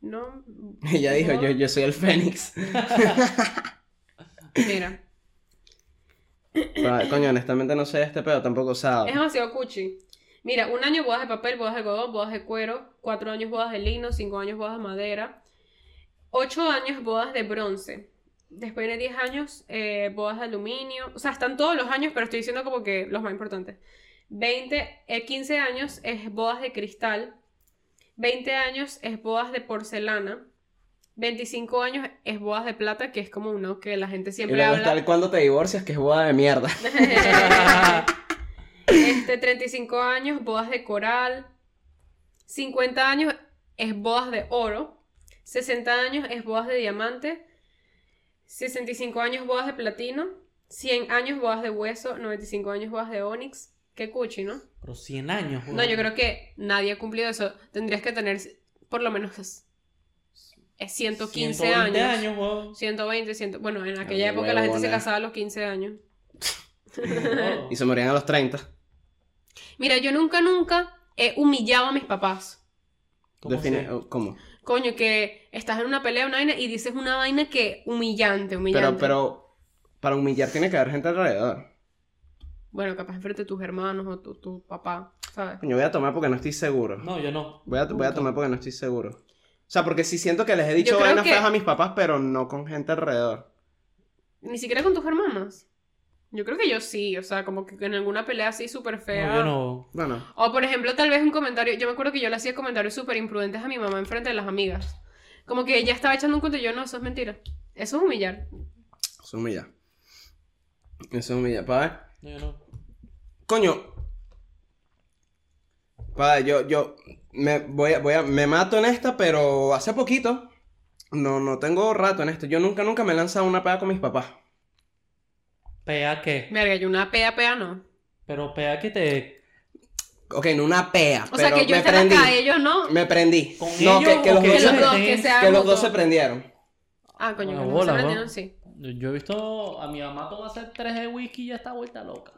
Speaker 2: No.
Speaker 1: Ella dijo,
Speaker 2: no,
Speaker 1: yo, yo soy el Fénix.
Speaker 2: Mira.
Speaker 1: Pero, coño, honestamente no sé este pedo tampoco, o sea...
Speaker 2: Es demasiado cuchi. Mira, un año bodas de papel, bodas de algodón, bodas de cuero, cuatro años bodas de lino, cinco años bodas de madera, ocho años bodas de bronce. Después de 10 años, eh, bodas de aluminio. O sea, están todos los años, pero estoy diciendo como que los más importantes. 20, eh, 15 años es bodas de cristal. 20 años es bodas de porcelana. 25 años es bodas de plata, que es como uno que la gente
Speaker 1: Y
Speaker 2: siempre
Speaker 1: luego
Speaker 2: habla.
Speaker 1: está el cuando te divorcias, que es boda de mierda.
Speaker 2: Este, 35 años, bodas de coral. 50 años es bodas de oro. 60 años es bodas de diamante. 65 años bodas de platino, 100 años bodas de hueso, 95 años bodas de onix. Qué cuchi, ¿no?
Speaker 3: Pero 100 años,
Speaker 2: No, yo creo que nadie ha cumplido eso. Tendrías que tener por lo menos es- es 115
Speaker 3: 120
Speaker 2: años.
Speaker 3: años, huevón.
Speaker 2: 120, 100. Bueno, en aquella
Speaker 1: Ah,
Speaker 2: época la gente se
Speaker 1: huevona.
Speaker 2: casaba a los 15 años.
Speaker 3: Huevón.
Speaker 1: Y se morían a los 30.
Speaker 2: Mira, yo nunca, nunca he humillado a mis papás.
Speaker 3: ¿Cómo
Speaker 1: Define-
Speaker 3: se-
Speaker 1: oh, ¿Cómo?
Speaker 2: Coño, que estás en una pelea, una vaina, y dices una vaina que humillante,
Speaker 1: Pero,
Speaker 2: humillante.
Speaker 1: pero para humillar tiene que haber gente alrededor.
Speaker 2: Bueno, capaz enfrente de tus hermanos o tu, tu papá, ¿sabes?
Speaker 1: Coño, voy a tomar porque no estoy seguro.
Speaker 3: No, yo no.
Speaker 1: Voy, a, voy a tomar porque no estoy seguro. O sea, porque sí siento que les he
Speaker 2: Yo
Speaker 1: dicho
Speaker 2: creo
Speaker 1: vainas
Speaker 2: que-
Speaker 1: feas a mis papás, pero no con gente alrededor.
Speaker 2: Ni siquiera con tus hermanos. Yo creo que yo sí, o sea, como que en alguna pelea así súper fea.
Speaker 3: No, yo no.
Speaker 1: Bueno,
Speaker 2: O por ejemplo, tal vez un comentario, yo me acuerdo que yo le hacía comentarios súper imprudentes a mi mamá enfrente de las amigas. Como que ella estaba echando un cuento y yo, no, eso es mentira. Eso es humillar.
Speaker 1: eso es humillar. Eso es humillar. Pa' ver.
Speaker 3: No, yo no.
Speaker 1: Coño. Pa, yo, yo me voy a, voy a, me mato en esta, pero hace poquito. No, no tengo rato en esto. Yo nunca, nunca me he lanzado una pega con mis papás.
Speaker 3: Pea que.
Speaker 2: Verga, yo una pea, pea no.
Speaker 3: Pero pea que te.
Speaker 1: Ok, no una pea.
Speaker 2: O sea,
Speaker 1: pero
Speaker 2: que yo
Speaker 1: me
Speaker 2: estar
Speaker 1: prendí.
Speaker 2: acá, ellos no.
Speaker 1: Me prendí.
Speaker 3: ¿Con
Speaker 1: no,
Speaker 3: ellos
Speaker 1: que, que
Speaker 3: o
Speaker 1: los
Speaker 3: que
Speaker 1: dos,
Speaker 2: Que
Speaker 3: ellos
Speaker 1: se-
Speaker 2: los dos,
Speaker 3: estén-
Speaker 2: que sean
Speaker 1: que los dos se
Speaker 2: mutuos.
Speaker 1: prendieron.
Speaker 2: Ah, coño,
Speaker 3: Ah,
Speaker 2: que los dos se
Speaker 3: bola, bro.
Speaker 2: prendieron, sí.
Speaker 3: Yo he visto a mi mamá tomarse tres de whisky y ya está vuelta loca.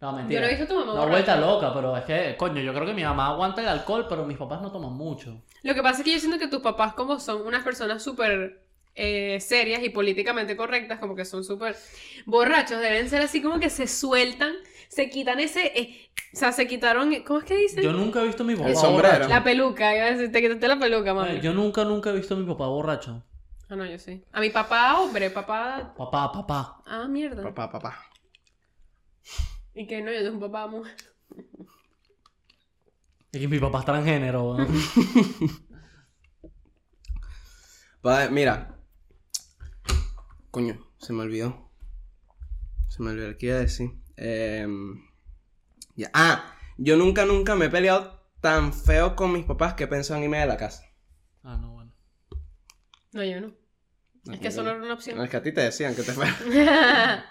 Speaker 3: No,
Speaker 2: Yo
Speaker 3: mentira.
Speaker 2: no he visto a tu mamá.
Speaker 3: No,
Speaker 2: borracha.
Speaker 3: vuelta loca, pero es que, coño, yo creo que mi mamá aguanta el alcohol, pero mis papás no toman mucho.
Speaker 2: Lo que pasa es que yo siento que tus papás, como son unas personas súper eh, serias y políticamente correctas, como que son súper borrachos, deben ser así como que se sueltan, se quitan ese. eh, o sea, se quitaron. ¿Cómo es que dicen?
Speaker 3: Yo nunca he visto a mi papá
Speaker 1: El sombrero.
Speaker 3: borracho.
Speaker 2: La peluca, iba a decir, te quitaste la peluca, mami.
Speaker 3: Eh, Yo nunca, nunca he visto a mi papá borracho.
Speaker 2: Ah, no, yo sí. A mi papá, hombre, papá.
Speaker 3: Papá, papá.
Speaker 2: Ah, mierda.
Speaker 1: Papá, papá.
Speaker 2: Y que no, yo tengo un papá mujer.
Speaker 3: Es que mi papá es transgénero. weón.
Speaker 1: Pa- mira. Coño, se me olvidó. Se me olvidó lo que iba a decir. Em, ya. Ah, yo nunca, nunca me he peleado tan feo con mis papás que pensó en irme de la casa.
Speaker 3: ah, no, bueno.
Speaker 2: No, yo no. Es que eso no era una opción.
Speaker 1: Es que a ti te decían que te fueras.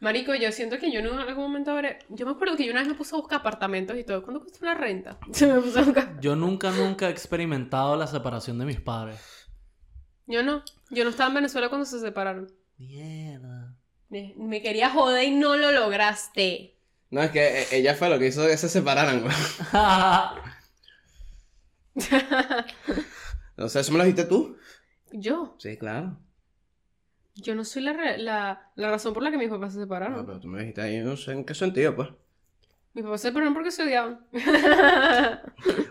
Speaker 2: Marico, yo siento que yo no en algún momento habré. Yo me acuerdo que yo una vez me puse a buscar apartamentos y todo. ¿Cuánto cuesta una renta? Yo me puse a buscar.
Speaker 3: Yo nunca, nunca he experimentado la separación de mis padres.
Speaker 2: Yo no. Yo no estaba en Venezuela cuando se separaron.
Speaker 3: Mierda.
Speaker 2: Me me quería joder y no lo lograste.
Speaker 1: No, es que eh, ella fue lo que hizo que se separaran, güey. O sea, ¿eso me lo dijiste tú?
Speaker 2: Yo.
Speaker 1: Sí, claro.
Speaker 2: Yo no soy la, re- la, la razón por la que mis papás se
Speaker 1: No,
Speaker 2: separaron.
Speaker 1: pero tú me dijiste ahí, no sé en qué sentido, pues.
Speaker 2: Mis papás se separaron porque se odiaban.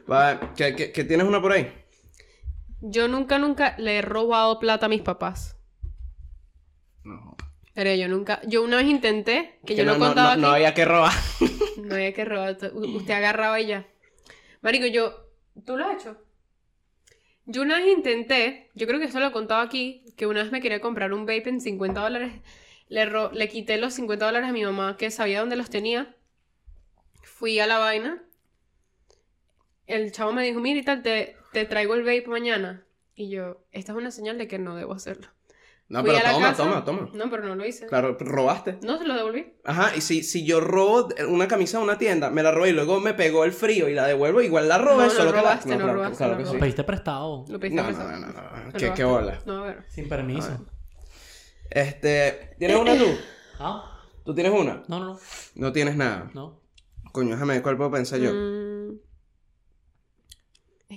Speaker 1: Pa- ¿qué- qué, qué tienes una por ahí?
Speaker 2: Yo nunca, nunca le he robado plata a mis papás.
Speaker 1: No.
Speaker 2: Pero yo nunca, yo una vez intenté, que, yo no,
Speaker 1: no,
Speaker 2: contaba
Speaker 1: no, no
Speaker 2: aquí,
Speaker 1: había que robar.
Speaker 2: no había que robar, t- u-
Speaker 1: Mm.
Speaker 2: usted agarraba y ya. Marico, yo, ¿tú lo has hecho? Yo una vez intenté, yo creo que eso lo he contado aquí, que una vez me quería comprar un vape en 50 dólares, le, ro- le quité los 50 dólares a mi mamá, que sabía dónde los tenía, fui a la vaina, el chavo me dijo, mira y tal, te, te traigo el vape mañana. Y yo, esta es una señal de que no debo hacerlo.
Speaker 1: No,
Speaker 2: Fui
Speaker 1: Ah, pero
Speaker 2: a la
Speaker 1: toma,
Speaker 2: casa.
Speaker 1: toma, toma.
Speaker 2: No, pero no lo hice.
Speaker 1: Claro, robaste.
Speaker 2: No, se lo devolví.
Speaker 1: Ajá, y si, si yo robo una camisa de una tienda, me la robé y luego me pegó el frío y la devuelvo, igual la robé,
Speaker 2: No, no
Speaker 1: solo que la-
Speaker 2: robaste, no
Speaker 1: claro,
Speaker 2: robaste,
Speaker 1: claro
Speaker 2: no
Speaker 1: que sí.
Speaker 2: robaste.
Speaker 3: Pediste prestado.
Speaker 2: Lo
Speaker 1: No,
Speaker 2: pediste
Speaker 1: no,
Speaker 2: prestado.
Speaker 1: no, no, no,
Speaker 2: Lo
Speaker 1: Qué, qué
Speaker 2: robaste.
Speaker 1: bola.
Speaker 2: No, a ver.
Speaker 3: Sin permiso.
Speaker 1: Este, ¿tienes una tú?
Speaker 3: Ah,
Speaker 1: ¿Tú tienes una?
Speaker 3: no, no, no,
Speaker 1: No tienes nada.
Speaker 3: no.
Speaker 1: Coño, déjame ver cuál puedo pensar yo.
Speaker 2: Mm.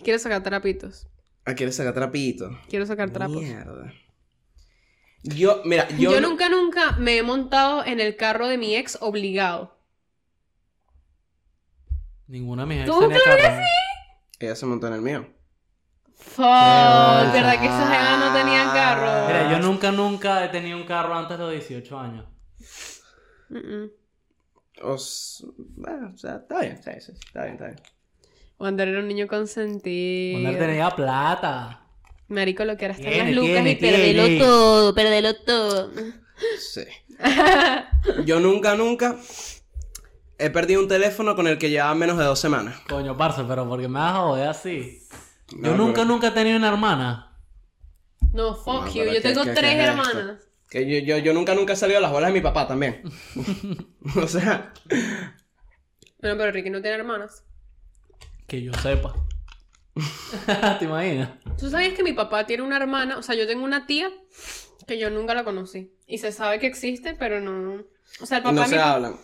Speaker 2: Quiero sacar trapitos.
Speaker 1: Ah, quieres sacar trapito.
Speaker 2: Quiero sacar trapos.
Speaker 1: Mierda. Yo, mira, yo,
Speaker 2: Yo,
Speaker 1: no-
Speaker 2: nunca, nunca me he montado en el carro de mi ex obligado.
Speaker 3: Ninguna de mis ex
Speaker 2: ¿Tú
Speaker 3: tenía
Speaker 2: claro
Speaker 3: carro.
Speaker 1: Ella se montó en el mío.
Speaker 2: Fuck, ¿verdad que esa jeva no tenía
Speaker 3: Mira,
Speaker 2: carro?
Speaker 3: yo nunca, nunca he tenido un carro antes de los 18 años.
Speaker 2: Mm-mm.
Speaker 1: Os... Bueno, o sea, está bien, sí, sí, sí, está bien, está bien.
Speaker 2: Wander era un niño consentido.
Speaker 3: Cuando él tenía plata.
Speaker 2: Marico, lo que era estar en las
Speaker 3: Tiene,
Speaker 2: lucas
Speaker 3: tiene,
Speaker 2: y perderlo
Speaker 3: tiene.
Speaker 2: todo, perderlo todo.
Speaker 1: Sí. Yo nunca, nunca he perdido un teléfono con el que llevaba menos de dos semanas.
Speaker 3: Coño, parce, pero porque me vas a joder así.
Speaker 1: No,
Speaker 3: Yo nunca,
Speaker 1: pero-
Speaker 3: nunca he tenido una hermana.
Speaker 2: No, fuck
Speaker 1: No,
Speaker 2: you.
Speaker 1: pero
Speaker 2: Yo
Speaker 1: ¿qué-
Speaker 2: tengo
Speaker 1: qué- qué
Speaker 2: tres
Speaker 1: es esto?
Speaker 2: hermanas.
Speaker 1: Que yo, yo, yo nunca, nunca he salido a las bolas de mi papá también. o sea,
Speaker 2: Bueno, pero Ricky no tiene hermanas.
Speaker 3: Que yo sepa. ¿Te imaginas?
Speaker 2: ¿Tú sabías que mi papá tiene una hermana? O sea, yo tengo una tía que yo nunca la conocí. Y se sabe que existe, pero no. O sea, el papá
Speaker 1: no
Speaker 2: de mi
Speaker 1: se hablan.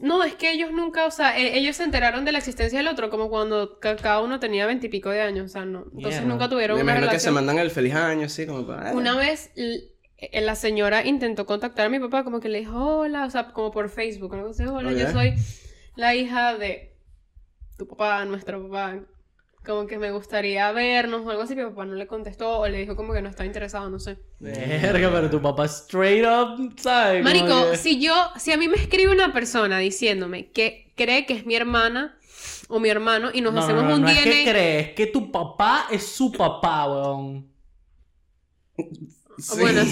Speaker 2: No, es que ellos nunca, o sea, e- ellos se enteraron de la existencia del otro como cuando ca- cada uno tenía veintipico de años, o sea, no. Entonces
Speaker 3: Mierda.
Speaker 2: nunca tuvieron
Speaker 1: Me
Speaker 2: una
Speaker 1: imagino que se
Speaker 2: relación.
Speaker 1: mandan el feliz año, así como para.
Speaker 2: Una vez l- eh, la señora intentó contactar a mi papá, como que le dijo hola, o sea, como por Facebook, algo así, hola, yo
Speaker 1: Ok.
Speaker 2: soy la hija de tu papá, nuestro papá. Como que me gustaría vernos o algo así, pero mi papá no le contestó o le dijo como que no estaba interesado, no sé.
Speaker 3: Verga, pero tu papá straight up, ¿sabes? Como
Speaker 2: Marico,
Speaker 3: que-
Speaker 2: si yo, si a mí me escribe una persona diciéndome que cree que es mi hermana o mi hermano y nos
Speaker 3: No, no,
Speaker 2: hacemos
Speaker 3: no,
Speaker 2: un
Speaker 3: no
Speaker 2: DNA,
Speaker 3: es que crees, que tu papá es su papá, weón.
Speaker 2: Bueno,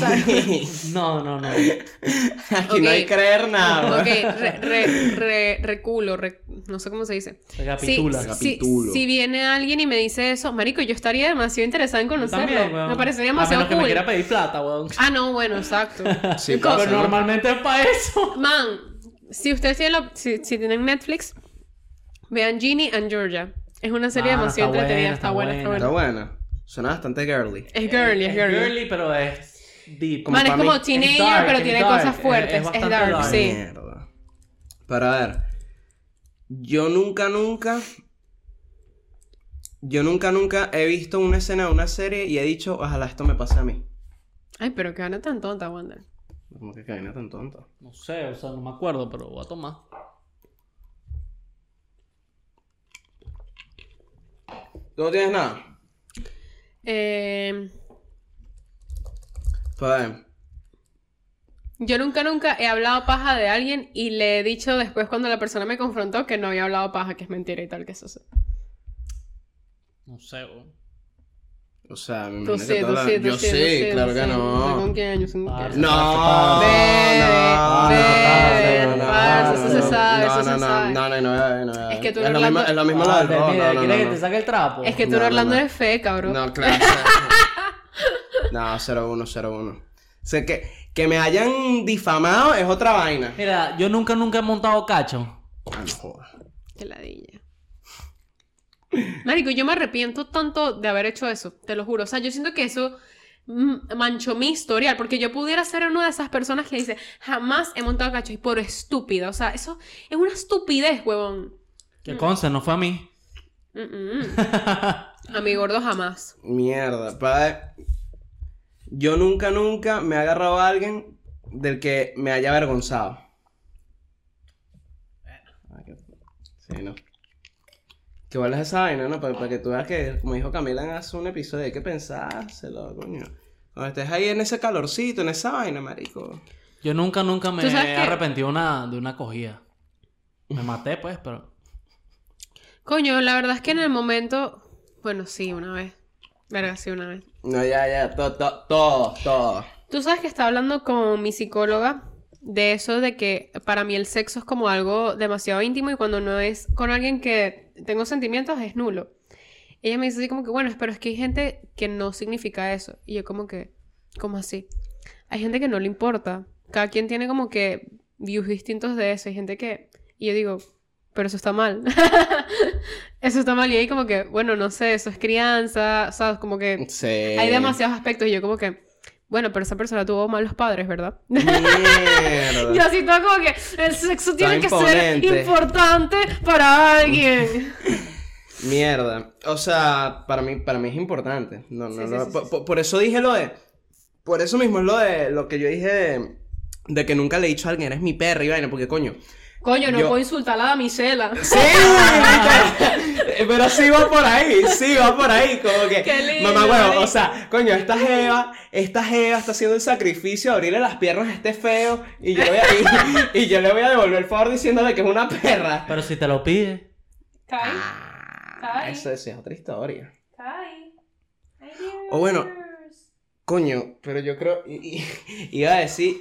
Speaker 3: No, no, no.
Speaker 1: Aquí no hay
Speaker 2: Ok.
Speaker 1: creer nada.
Speaker 2: ok, re- re- re- reculo, re- no sé cómo se dice. Si,
Speaker 3: Recapitula.
Speaker 1: sí.
Speaker 2: si,
Speaker 1: Capitulo.
Speaker 2: si viene alguien y me dice eso, marico, yo estaría demasiado interesada en
Speaker 3: Yo
Speaker 2: conocerlo.
Speaker 3: también, weón.
Speaker 2: me parecería
Speaker 3: A
Speaker 2: demasiado
Speaker 3: menos que me
Speaker 2: cool.
Speaker 3: quiera pedir plata, weón.
Speaker 2: Ah, no, bueno, exacto.
Speaker 1: Sí,
Speaker 3: Pero
Speaker 1: pasa, ¿no?
Speaker 3: normalmente es para eso.
Speaker 2: Man, si ustedes tienen, la- si, si tienen Netflix, vean Ginny and Georgia. Es una serie
Speaker 3: Mano,
Speaker 2: demasiado
Speaker 3: está
Speaker 2: entretenida,
Speaker 3: buena,
Speaker 2: está
Speaker 3: está
Speaker 2: buena, está
Speaker 3: buena.
Speaker 1: Está
Speaker 2: buena.
Speaker 1: buena. Suena bastante girly.
Speaker 2: Es girly, es girly.
Speaker 3: pero es deep.
Speaker 1: Como
Speaker 2: Man, es
Speaker 1: pa' mí.
Speaker 2: como
Speaker 3: Es
Speaker 2: teenager,
Speaker 3: dark,
Speaker 2: pero
Speaker 3: es
Speaker 2: tiene
Speaker 3: dark,
Speaker 2: cosas
Speaker 3: es-
Speaker 2: fuertes.
Speaker 3: es
Speaker 2: Es,
Speaker 3: bastante
Speaker 2: dark,
Speaker 3: dark.
Speaker 2: sí.
Speaker 1: Mierda. Pero a ver. Yo nunca, nunca. Yo nunca, nunca he visto una escena de una serie y he dicho, ojalá esto me pase a mí.
Speaker 2: Ay, pero qué gana tan tonta, Wanda.
Speaker 1: Como que cadena tan tonta.
Speaker 3: No sé, o sea, no me acuerdo, pero voy a tomar.
Speaker 1: ¿Tú no tienes nada?
Speaker 2: Eh,
Speaker 1: Pues a ver.
Speaker 2: yo nunca, nunca he hablado paja de alguien y le he dicho después cuando la persona me confrontó que no había hablado paja, que es mentira y tal, que eso sí.
Speaker 3: No sé, weón.
Speaker 1: O sea, me
Speaker 2: Tú
Speaker 1: imagino
Speaker 2: sí,
Speaker 1: que
Speaker 2: tú
Speaker 1: toda la-
Speaker 2: sí, tú
Speaker 1: Yo sí,
Speaker 2: sí, tú sí, tú
Speaker 1: claro que
Speaker 2: sí. sé
Speaker 1: no.
Speaker 2: ¿Con quién año? ¿Con
Speaker 3: Ah,
Speaker 2: quién?
Speaker 1: No, no,
Speaker 2: Bebe,
Speaker 1: no, no, no,
Speaker 2: parce,
Speaker 1: no,
Speaker 2: eso se
Speaker 1: no,
Speaker 2: sabe,
Speaker 1: no,
Speaker 2: eso se
Speaker 1: no, no,
Speaker 2: sabe.
Speaker 1: No, no, no, no, no.
Speaker 2: Es que tú
Speaker 1: es
Speaker 2: en
Speaker 1: lo mismo,
Speaker 2: Orlando-
Speaker 1: es lo mismo
Speaker 3: Ah,
Speaker 1: lo del rock,
Speaker 3: mira,
Speaker 1: no, no,
Speaker 3: ¿Quieres que
Speaker 1: no.
Speaker 3: te saque el trapo?
Speaker 2: Es que tú
Speaker 1: No,
Speaker 2: en
Speaker 1: no,
Speaker 2: Orlando
Speaker 1: no.
Speaker 2: eres fe, cabrón.
Speaker 1: No, claro. no, 01, 01. O sea, que, que me hayan difamado es otra vaina.
Speaker 3: Mira, yo nunca, nunca he montado cacho.
Speaker 1: Ah, no jodas.
Speaker 2: Qué ladilla. Marico, yo me arrepiento tanto de haber hecho eso, te lo juro. O sea, yo siento que eso mm, manchó mi historial, porque yo pudiera ser una de esas personas que dice, jamás he montado cacho y por estúpida. O sea, eso es una estupidez, huevón.
Speaker 3: Que conste, no fue a mí.
Speaker 2: Mm, mm, mm. A mi gordo jamás.
Speaker 1: Mierda, padre. Yo nunca, nunca me he agarrado a alguien del que me haya avergonzado. Ah, que- Sí, no. Que igual es esa vaina, ¿no? Para, para que tú veas que, como dijo Camila hace un episodio, hay que pensárselo, coño. Cuando estés ahí en ese calorcito, en esa vaina, marico.
Speaker 3: Yo nunca, nunca me
Speaker 2: ¿Tú sabes
Speaker 3: he
Speaker 2: qué?
Speaker 3: arrepentido una, de una cogida. Me maté, pues, pero.
Speaker 2: Coño, la verdad es que en el momento. Bueno, sí, una vez. Verga, sí, una vez.
Speaker 1: No, ya, ya, todo, todo, todo, todo.
Speaker 2: Tú sabes que estaba hablando con mi psicóloga de eso de que para mí el sexo es como algo demasiado íntimo y cuando no es con alguien que tengo sentimientos es nulo. Ella me dice así como que, bueno, pero es que hay gente que no significa eso. Y yo como que, ¿cómo así? Hay gente que no le importa. Cada quien tiene como que views distintos de eso. Hay gente que... Y yo digo, pero eso está mal. eso está mal. Y ahí como que, bueno, no sé, eso es crianza, ¿sabes? Como que...
Speaker 1: Sí.
Speaker 2: Hay demasiados aspectos y yo como que, bueno, pero esa persona tuvo malos padres, ¿verdad?
Speaker 1: Mierda.
Speaker 2: Yo así todo como que el sexo tiene que ser
Speaker 1: imponente.
Speaker 2: importante para alguien.
Speaker 1: Mierda. O sea, para mí, para mí es importante. No, no,
Speaker 2: Sí, sí,
Speaker 1: no.
Speaker 2: sí,
Speaker 1: por,
Speaker 2: sí,
Speaker 1: por- por eso dije lo de. Por eso mismo es lo de lo que yo dije de, de que nunca le he dicho a alguien, eres mi perra y vaina, porque coño.
Speaker 2: Coño, no
Speaker 1: Yo-
Speaker 2: puedo insultar a la damisela.
Speaker 1: Sí, güey, pero sí va por ahí, sí va por ahí, como que
Speaker 2: Qué lindo,
Speaker 1: mamá huevo,
Speaker 2: marico.
Speaker 1: o sea, coño, esta jeva, esta jeva está haciendo el sacrificio de abrirle las piernas a este feo y yo, le voy a- y, y yo le voy a devolver el favor diciéndole que es una perra.
Speaker 3: Pero si te lo pide.
Speaker 2: Ay.
Speaker 1: Ah, Eso, eso es otra historia.
Speaker 2: Ay.
Speaker 1: O bueno. Coño, pero yo creo. i- i- iba a decir.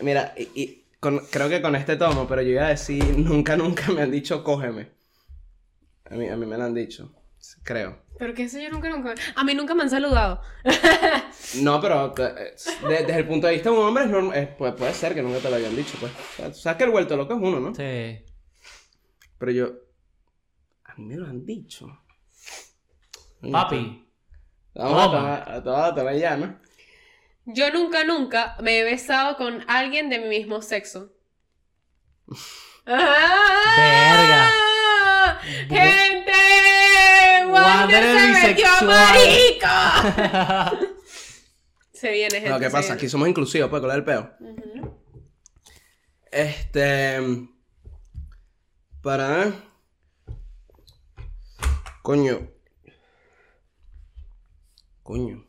Speaker 1: Mira, i- i- con- creo que con este tomo, pero yo iba a decir: nunca, nunca me han dicho cógeme. A mí, a mí me lo han dicho. creo.
Speaker 2: Pero que eso yo nunca, nunca... A mí nunca me han saludado.
Speaker 1: No, pero eh, de- desde el punto de vista de un hombre es norm- eh, puede, puede ser que nunca te lo hayan dicho, pues. O sea, tú sabes que el vuelto loco es uno, ¿no?
Speaker 3: Sí.
Speaker 1: Pero yo... A mí me lo han dicho. Coño,
Speaker 3: Papi.
Speaker 1: te- Vamos a
Speaker 3: toma.
Speaker 1: tomar, te vas a tomar ya, ¿no?
Speaker 2: Yo nunca, nunca me he besado con alguien de mi mismo sexo. ¡Ah! ¡Gente!
Speaker 3: Wander
Speaker 2: ¡Wander se
Speaker 3: es
Speaker 2: metió
Speaker 3: bisexual.
Speaker 2: marico! Se viene, gente.
Speaker 1: No, ¿qué
Speaker 2: se
Speaker 1: pasa? Aquí
Speaker 2: viene.
Speaker 1: somos inclusivos, pues, con el peo.
Speaker 2: Ujú.
Speaker 1: Este. Para. Coño. Coño.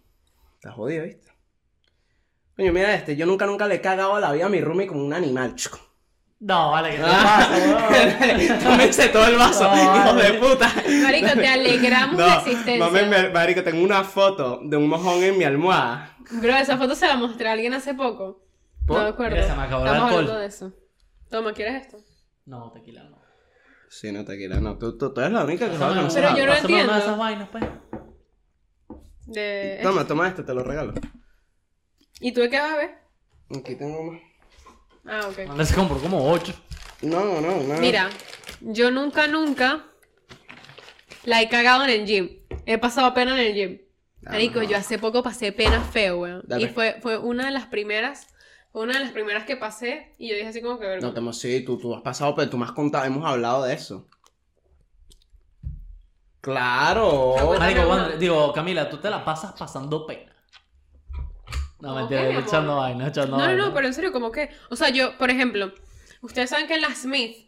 Speaker 1: Está jodido, ¿viste? Coño, mira este. Yo nunca, nunca le he cagado la vida a mi roomie como un animal, chico.
Speaker 3: No, vale, que te pasa, weón?
Speaker 1: Tómense todo el vaso,
Speaker 3: No,
Speaker 1: hijos de
Speaker 3: vale.
Speaker 1: puta.
Speaker 2: Marico, te alegramos la existencia.
Speaker 1: mami, me- marico, tengo una foto de un mojón en mi almohada.
Speaker 2: Bro, esa foto se la mostré a alguien hace poco.
Speaker 3: ¿Por?
Speaker 2: No me acuerdo.
Speaker 3: Mira, se me acabó el
Speaker 2: Estamos
Speaker 3: alcohol.
Speaker 2: hablando de eso. Toma, ¿quieres esto?
Speaker 3: No, tequila no.
Speaker 1: Sí, no, tequila, no. Tú, tú, tú eres la única que sabe que no
Speaker 3: Pásame una-
Speaker 1: se
Speaker 2: Pero yo no
Speaker 3: pásame una
Speaker 2: entiendo.
Speaker 3: de esas vainas, pues.
Speaker 2: De...
Speaker 1: Toma, toma este, te lo regalo.
Speaker 2: ¿Y tú de qué vas a ver?
Speaker 1: Aquí tengo más.
Speaker 2: Ah, ok.
Speaker 3: Wander se compró como 8.
Speaker 1: No, no, no. Ah,
Speaker 2: Mira, yo nunca, nunca la he cagado en el gym. He pasado pena en el gym.
Speaker 1: Ah,
Speaker 2: Marico,
Speaker 1: no.
Speaker 2: yo hace poco pasé pena feo, weón.
Speaker 1: Dale.
Speaker 2: Y fue, fue una de las primeras, fue una de las primeras que pasé. Y yo dije así como que verga.
Speaker 1: No, te hemos, sí, tú, tú has pasado, pero tú me has contado, hemos hablado de eso. Claro.
Speaker 2: Ah, bueno.
Speaker 3: Marico,
Speaker 2: no,
Speaker 3: Wander-
Speaker 2: no.
Speaker 3: digo, Camila, tú te la pasas pasando pena. No,
Speaker 2: Ok,
Speaker 3: mentira,
Speaker 2: mi amor.
Speaker 3: echando vaina, echando
Speaker 2: No, no,
Speaker 3: vaina.
Speaker 2: no, pero en serio, como que. O sea, yo, por ejemplo, ustedes saben que en la Smith.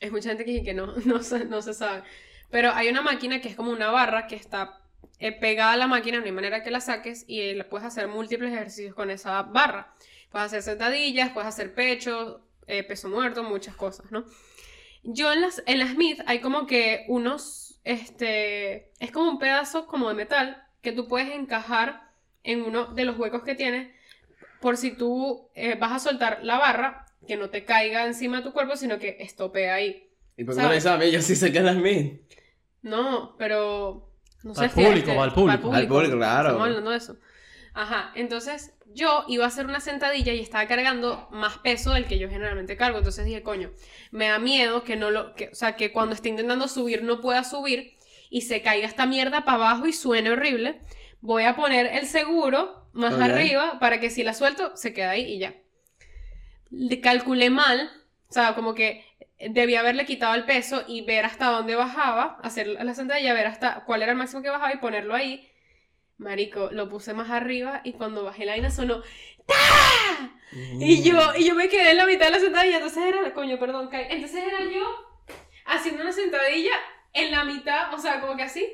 Speaker 2: Es mucha gente que dice que no, no, se- no se sabe. Pero hay una máquina que es como una barra que está eh, pegada a la máquina, no hay manera que la saques y eh, la puedes hacer múltiples ejercicios con esa barra. Puedes hacer sentadillas, puedes hacer pecho, eh, peso muerto, muchas cosas, ¿no? Yo en las, en las Smith hay como que unos, este, es como un pedazo como de metal que tú puedes encajar en uno de los huecos que tienes por si tú eh, vas a soltar la barra, que no te caiga encima de tu cuerpo, sino que estopee ahí.
Speaker 1: ¿Y por qué me lo
Speaker 2: ¿Sabes?
Speaker 1: dices a mí? Yo sí sé que es mí.
Speaker 2: No, pero... No
Speaker 3: Para
Speaker 2: sé,
Speaker 3: el público,
Speaker 2: fíjate,
Speaker 3: para el público.
Speaker 1: Al público, claro.
Speaker 2: Estamos hablando de eso. Ajá, entonces yo iba a hacer una sentadilla y estaba cargando más peso del que yo generalmente cargo. Entonces dije, coño, me da miedo que no lo. que- o sea, que cuando esté intentando subir no pueda subir y se caiga esta mierda para abajo y suene horrible. Voy a poner el seguro más
Speaker 1: Ok.
Speaker 2: arriba para que si la suelto se queda ahí y ya. Le calculé mal, o sea, como que debía haberle quitado el peso y ver hasta dónde bajaba, hacer la sentadilla, ver hasta cuál era el máximo que bajaba y ponerlo ahí. Marico, lo puse más arriba y cuando bajé la vaina sonó ¡Ta! Y yo, y yo me quedé en la mitad de la sentadilla, entonces era, coño, perdón, caí. Entonces era yo haciendo una sentadilla en la mitad, o sea, como que así.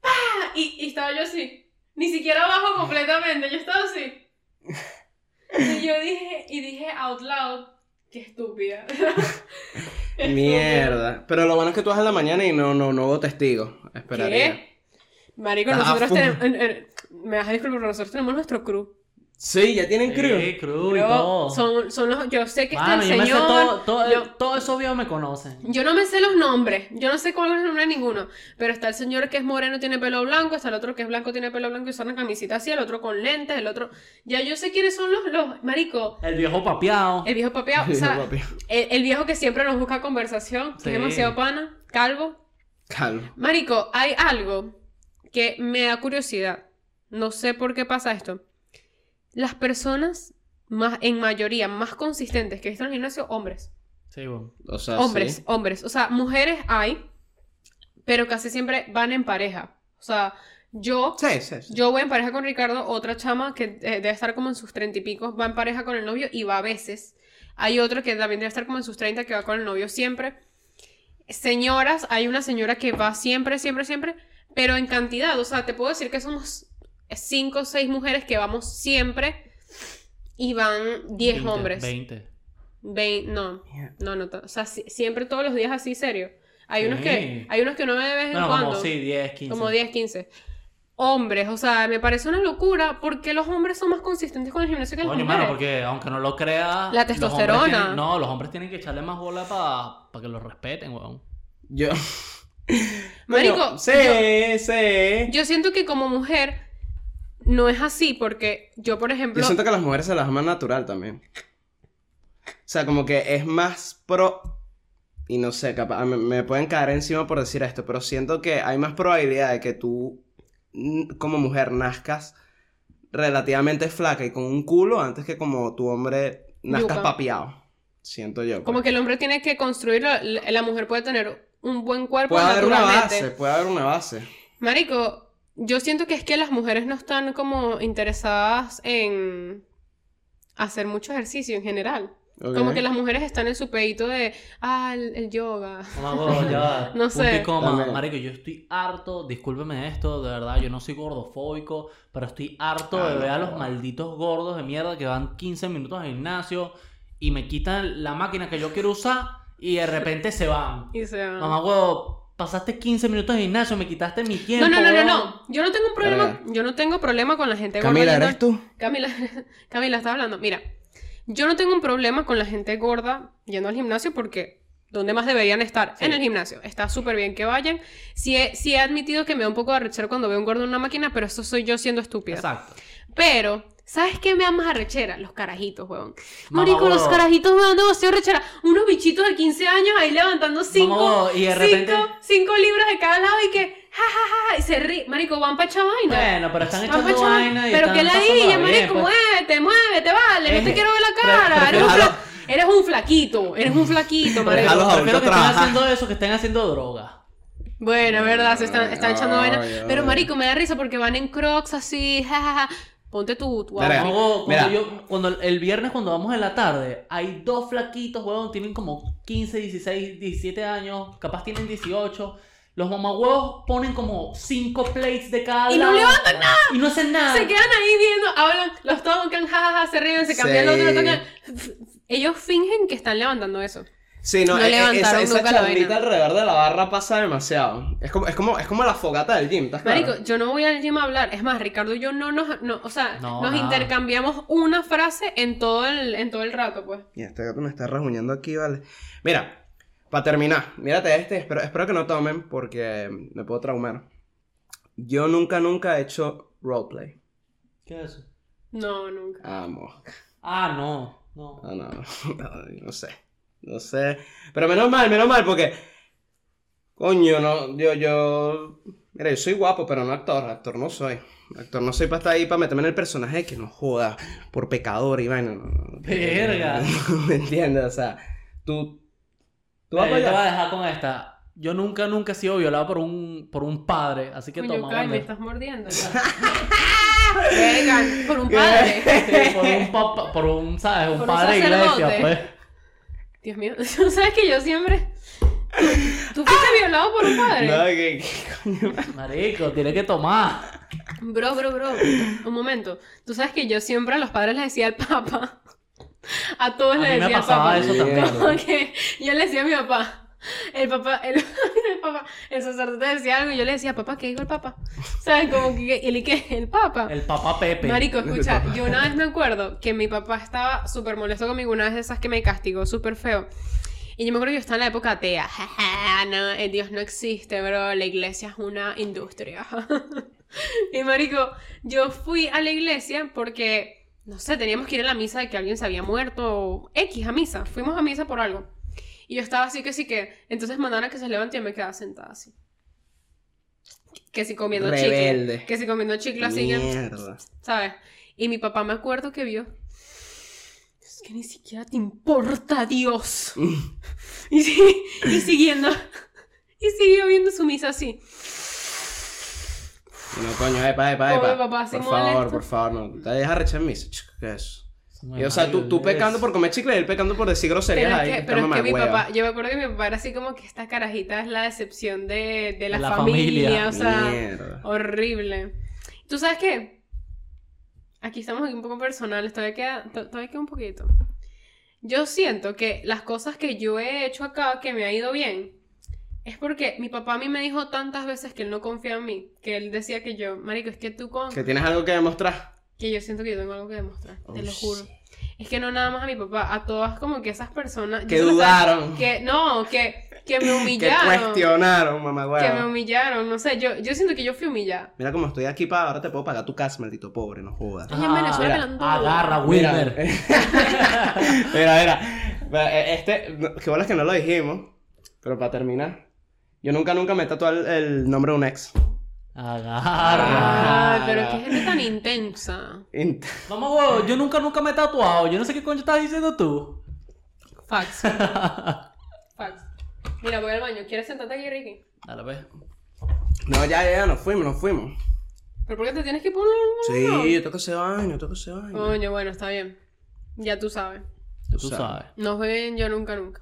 Speaker 2: ¡Pa! Y, y estaba yo así. Ni siquiera abajo completamente, yo estaba así. Y yo dije, y dije out loud, qué estúpida.
Speaker 1: Mierda. Pero lo bueno es que tú vas en la mañana y no, no, no hubo testigo. Esperaría.
Speaker 2: ¿Qué? Marico,
Speaker 1: Ah,
Speaker 2: nosotros
Speaker 1: fu-
Speaker 2: tenemos. en- en- me vas a disculpar, pero nosotros tenemos nuestro crew.
Speaker 1: Sí, ya tienen crew.
Speaker 3: Sí, crew y
Speaker 2: Pero
Speaker 3: todo.
Speaker 2: son, son los, yo sé que está
Speaker 3: Mano,
Speaker 2: el
Speaker 3: yo me sé
Speaker 2: señor.
Speaker 3: todo, todo,
Speaker 2: yo-
Speaker 3: todo eso vio me conocen.
Speaker 2: Yo no me sé los nombres, yo no sé cuál es el nombre de ninguno, pero está el señor que es moreno tiene pelo blanco, está el otro que es blanco tiene pelo blanco y usa una camisita así, el otro con lentes, el otro... Ya yo sé quiénes son los, los marico,
Speaker 3: El viejo papeado.
Speaker 2: el viejo papeado, o sea,
Speaker 1: Papi.
Speaker 2: el, el viejo que siempre nos busca conversación, que
Speaker 3: Sí.
Speaker 2: es demasiado pana, calvo.
Speaker 1: Calvo.
Speaker 2: Marico, hay algo que me da curiosidad, no sé por qué pasa esto. Las personas, más, en mayoría, más consistentes que están en el gimnasio, hombres.
Speaker 3: Sí, bueno.
Speaker 1: O sea,
Speaker 2: Hombres,
Speaker 1: sí.
Speaker 2: hombres. O sea, mujeres hay, pero casi siempre van en pareja. O sea, yo,
Speaker 1: Sí, sí, sí.
Speaker 2: yo voy en pareja con Ricardo, otra chama que eh, debe estar como en sus treinta y pico, va en pareja con el novio y va a veces. Hay otro que también debe estar como en sus treinta, que va con el novio siempre. Señoras, hay una señora que va siempre, siempre, siempre, pero en cantidad. O sea, te puedo decir que somos cinco o seis mujeres que vamos siempre y van 10
Speaker 3: 20,
Speaker 2: hombres.
Speaker 3: 20.
Speaker 2: Vein- no,
Speaker 1: Mierda.
Speaker 2: no, no. to- O sea, si- siempre todos los días así, serio. Hay unos
Speaker 3: Sí.
Speaker 2: que hay unos que no me de vez en
Speaker 3: Bueno,
Speaker 2: cuando.
Speaker 3: como sí, 10, 15.
Speaker 2: como 10, 15. Hombres, o sea, me parece una locura porque los hombres son más consistentes con el gimnasio que las
Speaker 3: Coño, mano,
Speaker 2: mujeres.
Speaker 3: porque aunque no lo creas.
Speaker 2: La
Speaker 3: los hombres
Speaker 2: testosterona.
Speaker 3: tienen- no, los hombres tienen que echarle más bola para que los respeten, weón.
Speaker 1: Yo.
Speaker 2: Marico,
Speaker 1: Bueno, sí, sí.
Speaker 2: Yo siento que como mujer no es así porque yo, por ejemplo,
Speaker 1: Yo siento que las mujeres se las aman natural también. O sea, como que es más pro. Y no sé, capaz, me, me pueden caer encima por decir esto, pero siento que hay más probabilidad de que tú, mm, como mujer, nazcas relativamente flaca y con un culo antes que como tu hombre nazcas
Speaker 2: Yuca.
Speaker 1: papeado. Siento yo.
Speaker 2: como
Speaker 1: pues.
Speaker 2: que el hombre tiene que construirlo, la la mujer puede tener un buen cuerpo
Speaker 1: puede haber una
Speaker 2: naturalmente.
Speaker 1: base, puede haber una base.
Speaker 2: Marico, yo siento que es que las mujeres no están como interesadas en hacer mucho ejercicio en general.
Speaker 1: Ok.
Speaker 2: Como que las mujeres están en su pedito de, ah, el, el yoga.
Speaker 3: Mamá, huevo, ya va.
Speaker 2: No
Speaker 3: Punto
Speaker 2: sé.
Speaker 3: y coma.
Speaker 1: Dame.
Speaker 3: Marico, yo estoy harto, discúlpeme esto, de verdad, yo no soy gordofóbico, pero estoy harto
Speaker 1: Ah,
Speaker 3: de
Speaker 1: no,
Speaker 3: ver a los
Speaker 1: joda.
Speaker 3: malditos gordos de mierda que van 15 minutos al gimnasio y me quitan la máquina que yo quiero usar y de repente se van.
Speaker 2: Y se van.
Speaker 3: Mamá, huevo, pasaste 15 minutos en gimnasio, me quitaste mi tiempo.
Speaker 2: No, no, no, no,
Speaker 3: huevo.
Speaker 2: no. Yo no tengo un problema,
Speaker 1: Verga.
Speaker 2: yo no tengo problema con la gente gorda
Speaker 1: Camila,
Speaker 2: yendo al
Speaker 1: ¿eres tú?
Speaker 2: Camila, Camila está hablando. Mira, yo no tengo un problema con la gente gorda yendo al gimnasio porque ¿dónde más deberían estar?
Speaker 3: Sí.
Speaker 2: En el gimnasio. Está súper bien que vayan. Sí he, sí he admitido que me da un poco de arrechera cuando veo un gordo en una máquina, pero eso soy yo siendo estúpida.
Speaker 3: Exacto.
Speaker 2: Pero, ¿sabes qué me da más arrechera? Los carajitos, huevón.
Speaker 3: Mamá
Speaker 2: Marico, los
Speaker 3: huevo.
Speaker 2: carajitos me dan demasiado arrechera. Unos bichitos de 15 años ahí levantando 5
Speaker 3: huevo, y de repente-
Speaker 2: libras de cada lado y que... Ja, ja, ja, ja, y se ríe. Marico, van pa' echar vaina.
Speaker 3: Bueno, pero están
Speaker 2: Vamos
Speaker 3: echando
Speaker 2: a echar-
Speaker 3: vaina y
Speaker 2: Pero
Speaker 3: están
Speaker 2: que la
Speaker 3: pasándola
Speaker 2: ella,
Speaker 3: bien,
Speaker 2: marico,
Speaker 3: pues.
Speaker 2: muévete, muévete, vale, no te
Speaker 3: Eh,
Speaker 2: quiero ver la
Speaker 3: pre-
Speaker 2: cara. Eres
Speaker 3: prefiero
Speaker 2: un,
Speaker 3: a
Speaker 2: fla- eres un flaquito, eres un flaquito,
Speaker 3: Pero
Speaker 1: Deja a
Speaker 2: marico.
Speaker 1: los
Speaker 3: prefiero
Speaker 1: adultos
Speaker 3: que estén
Speaker 1: trabajar.
Speaker 3: haciendo eso que estén haciendo droga.
Speaker 2: Bueno, es verdad, se están, están echando
Speaker 1: Ay,
Speaker 2: vaina.
Speaker 1: ay,
Speaker 2: Pero
Speaker 1: ay.
Speaker 2: marico, me da risa porque van en crocs así, jajaja. Ponte tu, tu
Speaker 1: Verga.
Speaker 2: outfit.
Speaker 3: Luego,
Speaker 1: Mira.
Speaker 3: cuando, yo- cuando el- el viernes cuando vamos en la tarde, hay dos flaquitos, huevón, tienen como 15, 16, 17 años, capaz tienen 18. Los mamahuevos ponen como 5 plates de cada
Speaker 2: Y no
Speaker 3: lado.
Speaker 2: levantan
Speaker 3: nada. Y no hacen nada.
Speaker 1: Ah.
Speaker 2: Se quedan ahí viendo, hablan, los tocan, jajaja, se ríen, se cambian los
Speaker 1: Sí.
Speaker 2: otros, tocan. Ellos fingen que están levantando eso.
Speaker 1: Sí, no,
Speaker 2: No
Speaker 1: e- e- esa,
Speaker 2: levantaron
Speaker 1: esa
Speaker 2: nunca la
Speaker 1: charlita
Speaker 2: vaina.
Speaker 1: alrededor de la barra pasa demasiado. Es como, es como, es como la fogata del gym, ¿estás claro?
Speaker 2: Marico, yo no voy al gym a hablar. Es más, Ricardo y yo no nos, no, o sea,
Speaker 3: No,
Speaker 2: nos
Speaker 3: nada.
Speaker 2: intercambiamos una frase en todo el, en todo el rato, pues.
Speaker 1: Mira, este gato me está rasguñando aquí, vale. Mira, para terminar, mírate este, espero, espero que no tomen porque me puedo traumar. Yo nunca, nunca he hecho roleplay.
Speaker 3: ¿Qué es eso?
Speaker 2: No, nunca.
Speaker 1: Amo.
Speaker 3: Ah, no. no.
Speaker 1: No, no, Ay, no sé. No sé. Pero menos mal, menos mal, porque. Coño, no, yo, yo. Mira, yo soy guapo, pero no actor, actor no soy. Actor no soy para estar ahí, para meterme en el personaje que no joda, por pecador y vaina. no, no, no.
Speaker 3: Verga.
Speaker 1: ¿Me entiendes? O sea, tú. Tú vas para
Speaker 3: Mira, Eh, yo te voy a
Speaker 1: allá.
Speaker 3: dejar con esta. Yo nunca, nunca he sido violado por un, por un padre, así que
Speaker 2: Coño,
Speaker 3: toma,
Speaker 2: Kai, me
Speaker 3: vale.
Speaker 2: estás mordiendo. Vengan, por un padre.
Speaker 3: Sí, por un papá, por un, ¿sabes? Un
Speaker 2: Por un
Speaker 3: padre iglesia,
Speaker 2: sacerdote.
Speaker 3: pues.
Speaker 2: Dios mío, tú sabes que yo siempre. ¿Tú fuiste violado por un
Speaker 1: No,
Speaker 2: padre?
Speaker 1: que- que coño.
Speaker 3: pues. Marico, tiene que tomar.
Speaker 2: Bro, bro, bro. Un momento. Tú sabes que yo siempre a los padres les decía el papá. A todos
Speaker 3: A mí
Speaker 2: les
Speaker 3: me
Speaker 2: Pues decía el
Speaker 3: pasaba
Speaker 2: papá.
Speaker 3: eso
Speaker 1: Mierda.
Speaker 3: también.
Speaker 2: Como que yo le decía a mi papá, el papá, el, el papá, el sacerdote decía algo y yo le decía, papá, ¿qué dijo el papá? ¿Sabes? Como que, ¿el y qué? El papa.
Speaker 3: El papá Pepe.
Speaker 2: Marico, escucha, yo una vez me acuerdo que mi papá estaba súper molesto conmigo, una vez de esas que me castigó súper feo. Y yo me acuerdo que yo estaba en la época atea. no, el Dios no existe, bro. La iglesia es una industria. y marico, yo fui a la iglesia porque, no sé, teníamos que ir a la misa de que alguien se había muerto o X a misa. Fuimos a misa por algo. Y yo estaba así que sí que. Entonces mandaron a que se levante y yo me quedaba sentada así. Que si comiendo
Speaker 1: Rebelde.
Speaker 2: chicle. Que si comiendo chicle así. que-
Speaker 1: Mierda.
Speaker 2: ¿sabes? Y mi papá me acuerdo que vio. Es que ni siquiera te importa Dios. Y, si- y siguiendo. Y siguió viendo su misa así.
Speaker 1: No, coño, epa, epa,
Speaker 2: Pobre
Speaker 1: epa.
Speaker 2: papá, sí
Speaker 1: por favor,
Speaker 2: molesto.
Speaker 1: por favor, no. Te dejas rechar en misa. chico, ¿Qué es eso?
Speaker 3: Muy
Speaker 1: Y, o sea, tú,
Speaker 3: mal,
Speaker 1: tú
Speaker 3: Dios.
Speaker 1: pecando por comer chicle y él pecando por decir
Speaker 2: Pero
Speaker 1: groserías
Speaker 2: es
Speaker 1: ahí.
Speaker 2: que,
Speaker 1: está
Speaker 2: pero es que mi
Speaker 1: mamahueva.
Speaker 2: papá, yo me acuerdo que mi papá era así como que esta carajita es la decepción de, de la,
Speaker 3: La
Speaker 2: familia,
Speaker 3: familia.
Speaker 2: o sea,
Speaker 1: Mierda.
Speaker 2: horrible. ¿Tú sabes qué? Aquí estamos aquí un poco personales, todavía queda, to- todavía queda un poquito. Yo siento que las cosas que yo he hecho acá, que me ha ido bien, es porque mi papá a mí me dijo tantas veces que él no confía en mí, que él decía que yo, marico, es que tú con...
Speaker 1: Que tienes algo que demostrar.
Speaker 2: Que yo siento que yo tengo algo que demostrar,
Speaker 1: Oh,
Speaker 2: te lo juro.
Speaker 1: shit.
Speaker 2: Es que no nada más a mi papá, a todas como que esas personas... yo
Speaker 1: Que
Speaker 2: se lo estaba-
Speaker 1: dudaron.
Speaker 2: que no, que que me
Speaker 1: Que
Speaker 2: humillaron. Que,
Speaker 1: cuestionaron, mamá
Speaker 2: me
Speaker 1: huevo.
Speaker 2: humillaron, no sé, yo, yo siento que yo fui humillada.
Speaker 1: Mira como estoy aquí para ahora te puedo pagar tu casa, maldito pobre, no jodas.
Speaker 2: Estoy en Venezuela
Speaker 1: mira, eh.
Speaker 2: pelando.
Speaker 3: Agarra, Ah, Wilmer.
Speaker 1: Mira, mira. Mira, eh, Este, no, qué bolas que no lo dijimos. Pero para terminar, yo nunca, nunca me he tatuado el, el nombre de un ex.
Speaker 3: Agarra.
Speaker 2: Ah, pero qué gente tan intensa.
Speaker 1: Int-
Speaker 3: Vamos, huevo, yo nunca, nunca me he tatuado. Yo no sé qué coño estás diciendo tú.
Speaker 2: Fax. Fax. Mira, voy al baño. ¿Quieres sentarte aquí, Ricky?
Speaker 3: Dale, pues.
Speaker 1: No, ya, ya, nos fuimos, nos fuimos.
Speaker 2: ¿Pero por qué te tienes que poner?
Speaker 1: Sí, yo toco ese baño, toco ese baño.
Speaker 2: Coño, bueno, está bien. Ya tú sabes.
Speaker 3: Tú
Speaker 1: sabes.
Speaker 3: sabes.
Speaker 2: No jueguen yo nunca, nunca.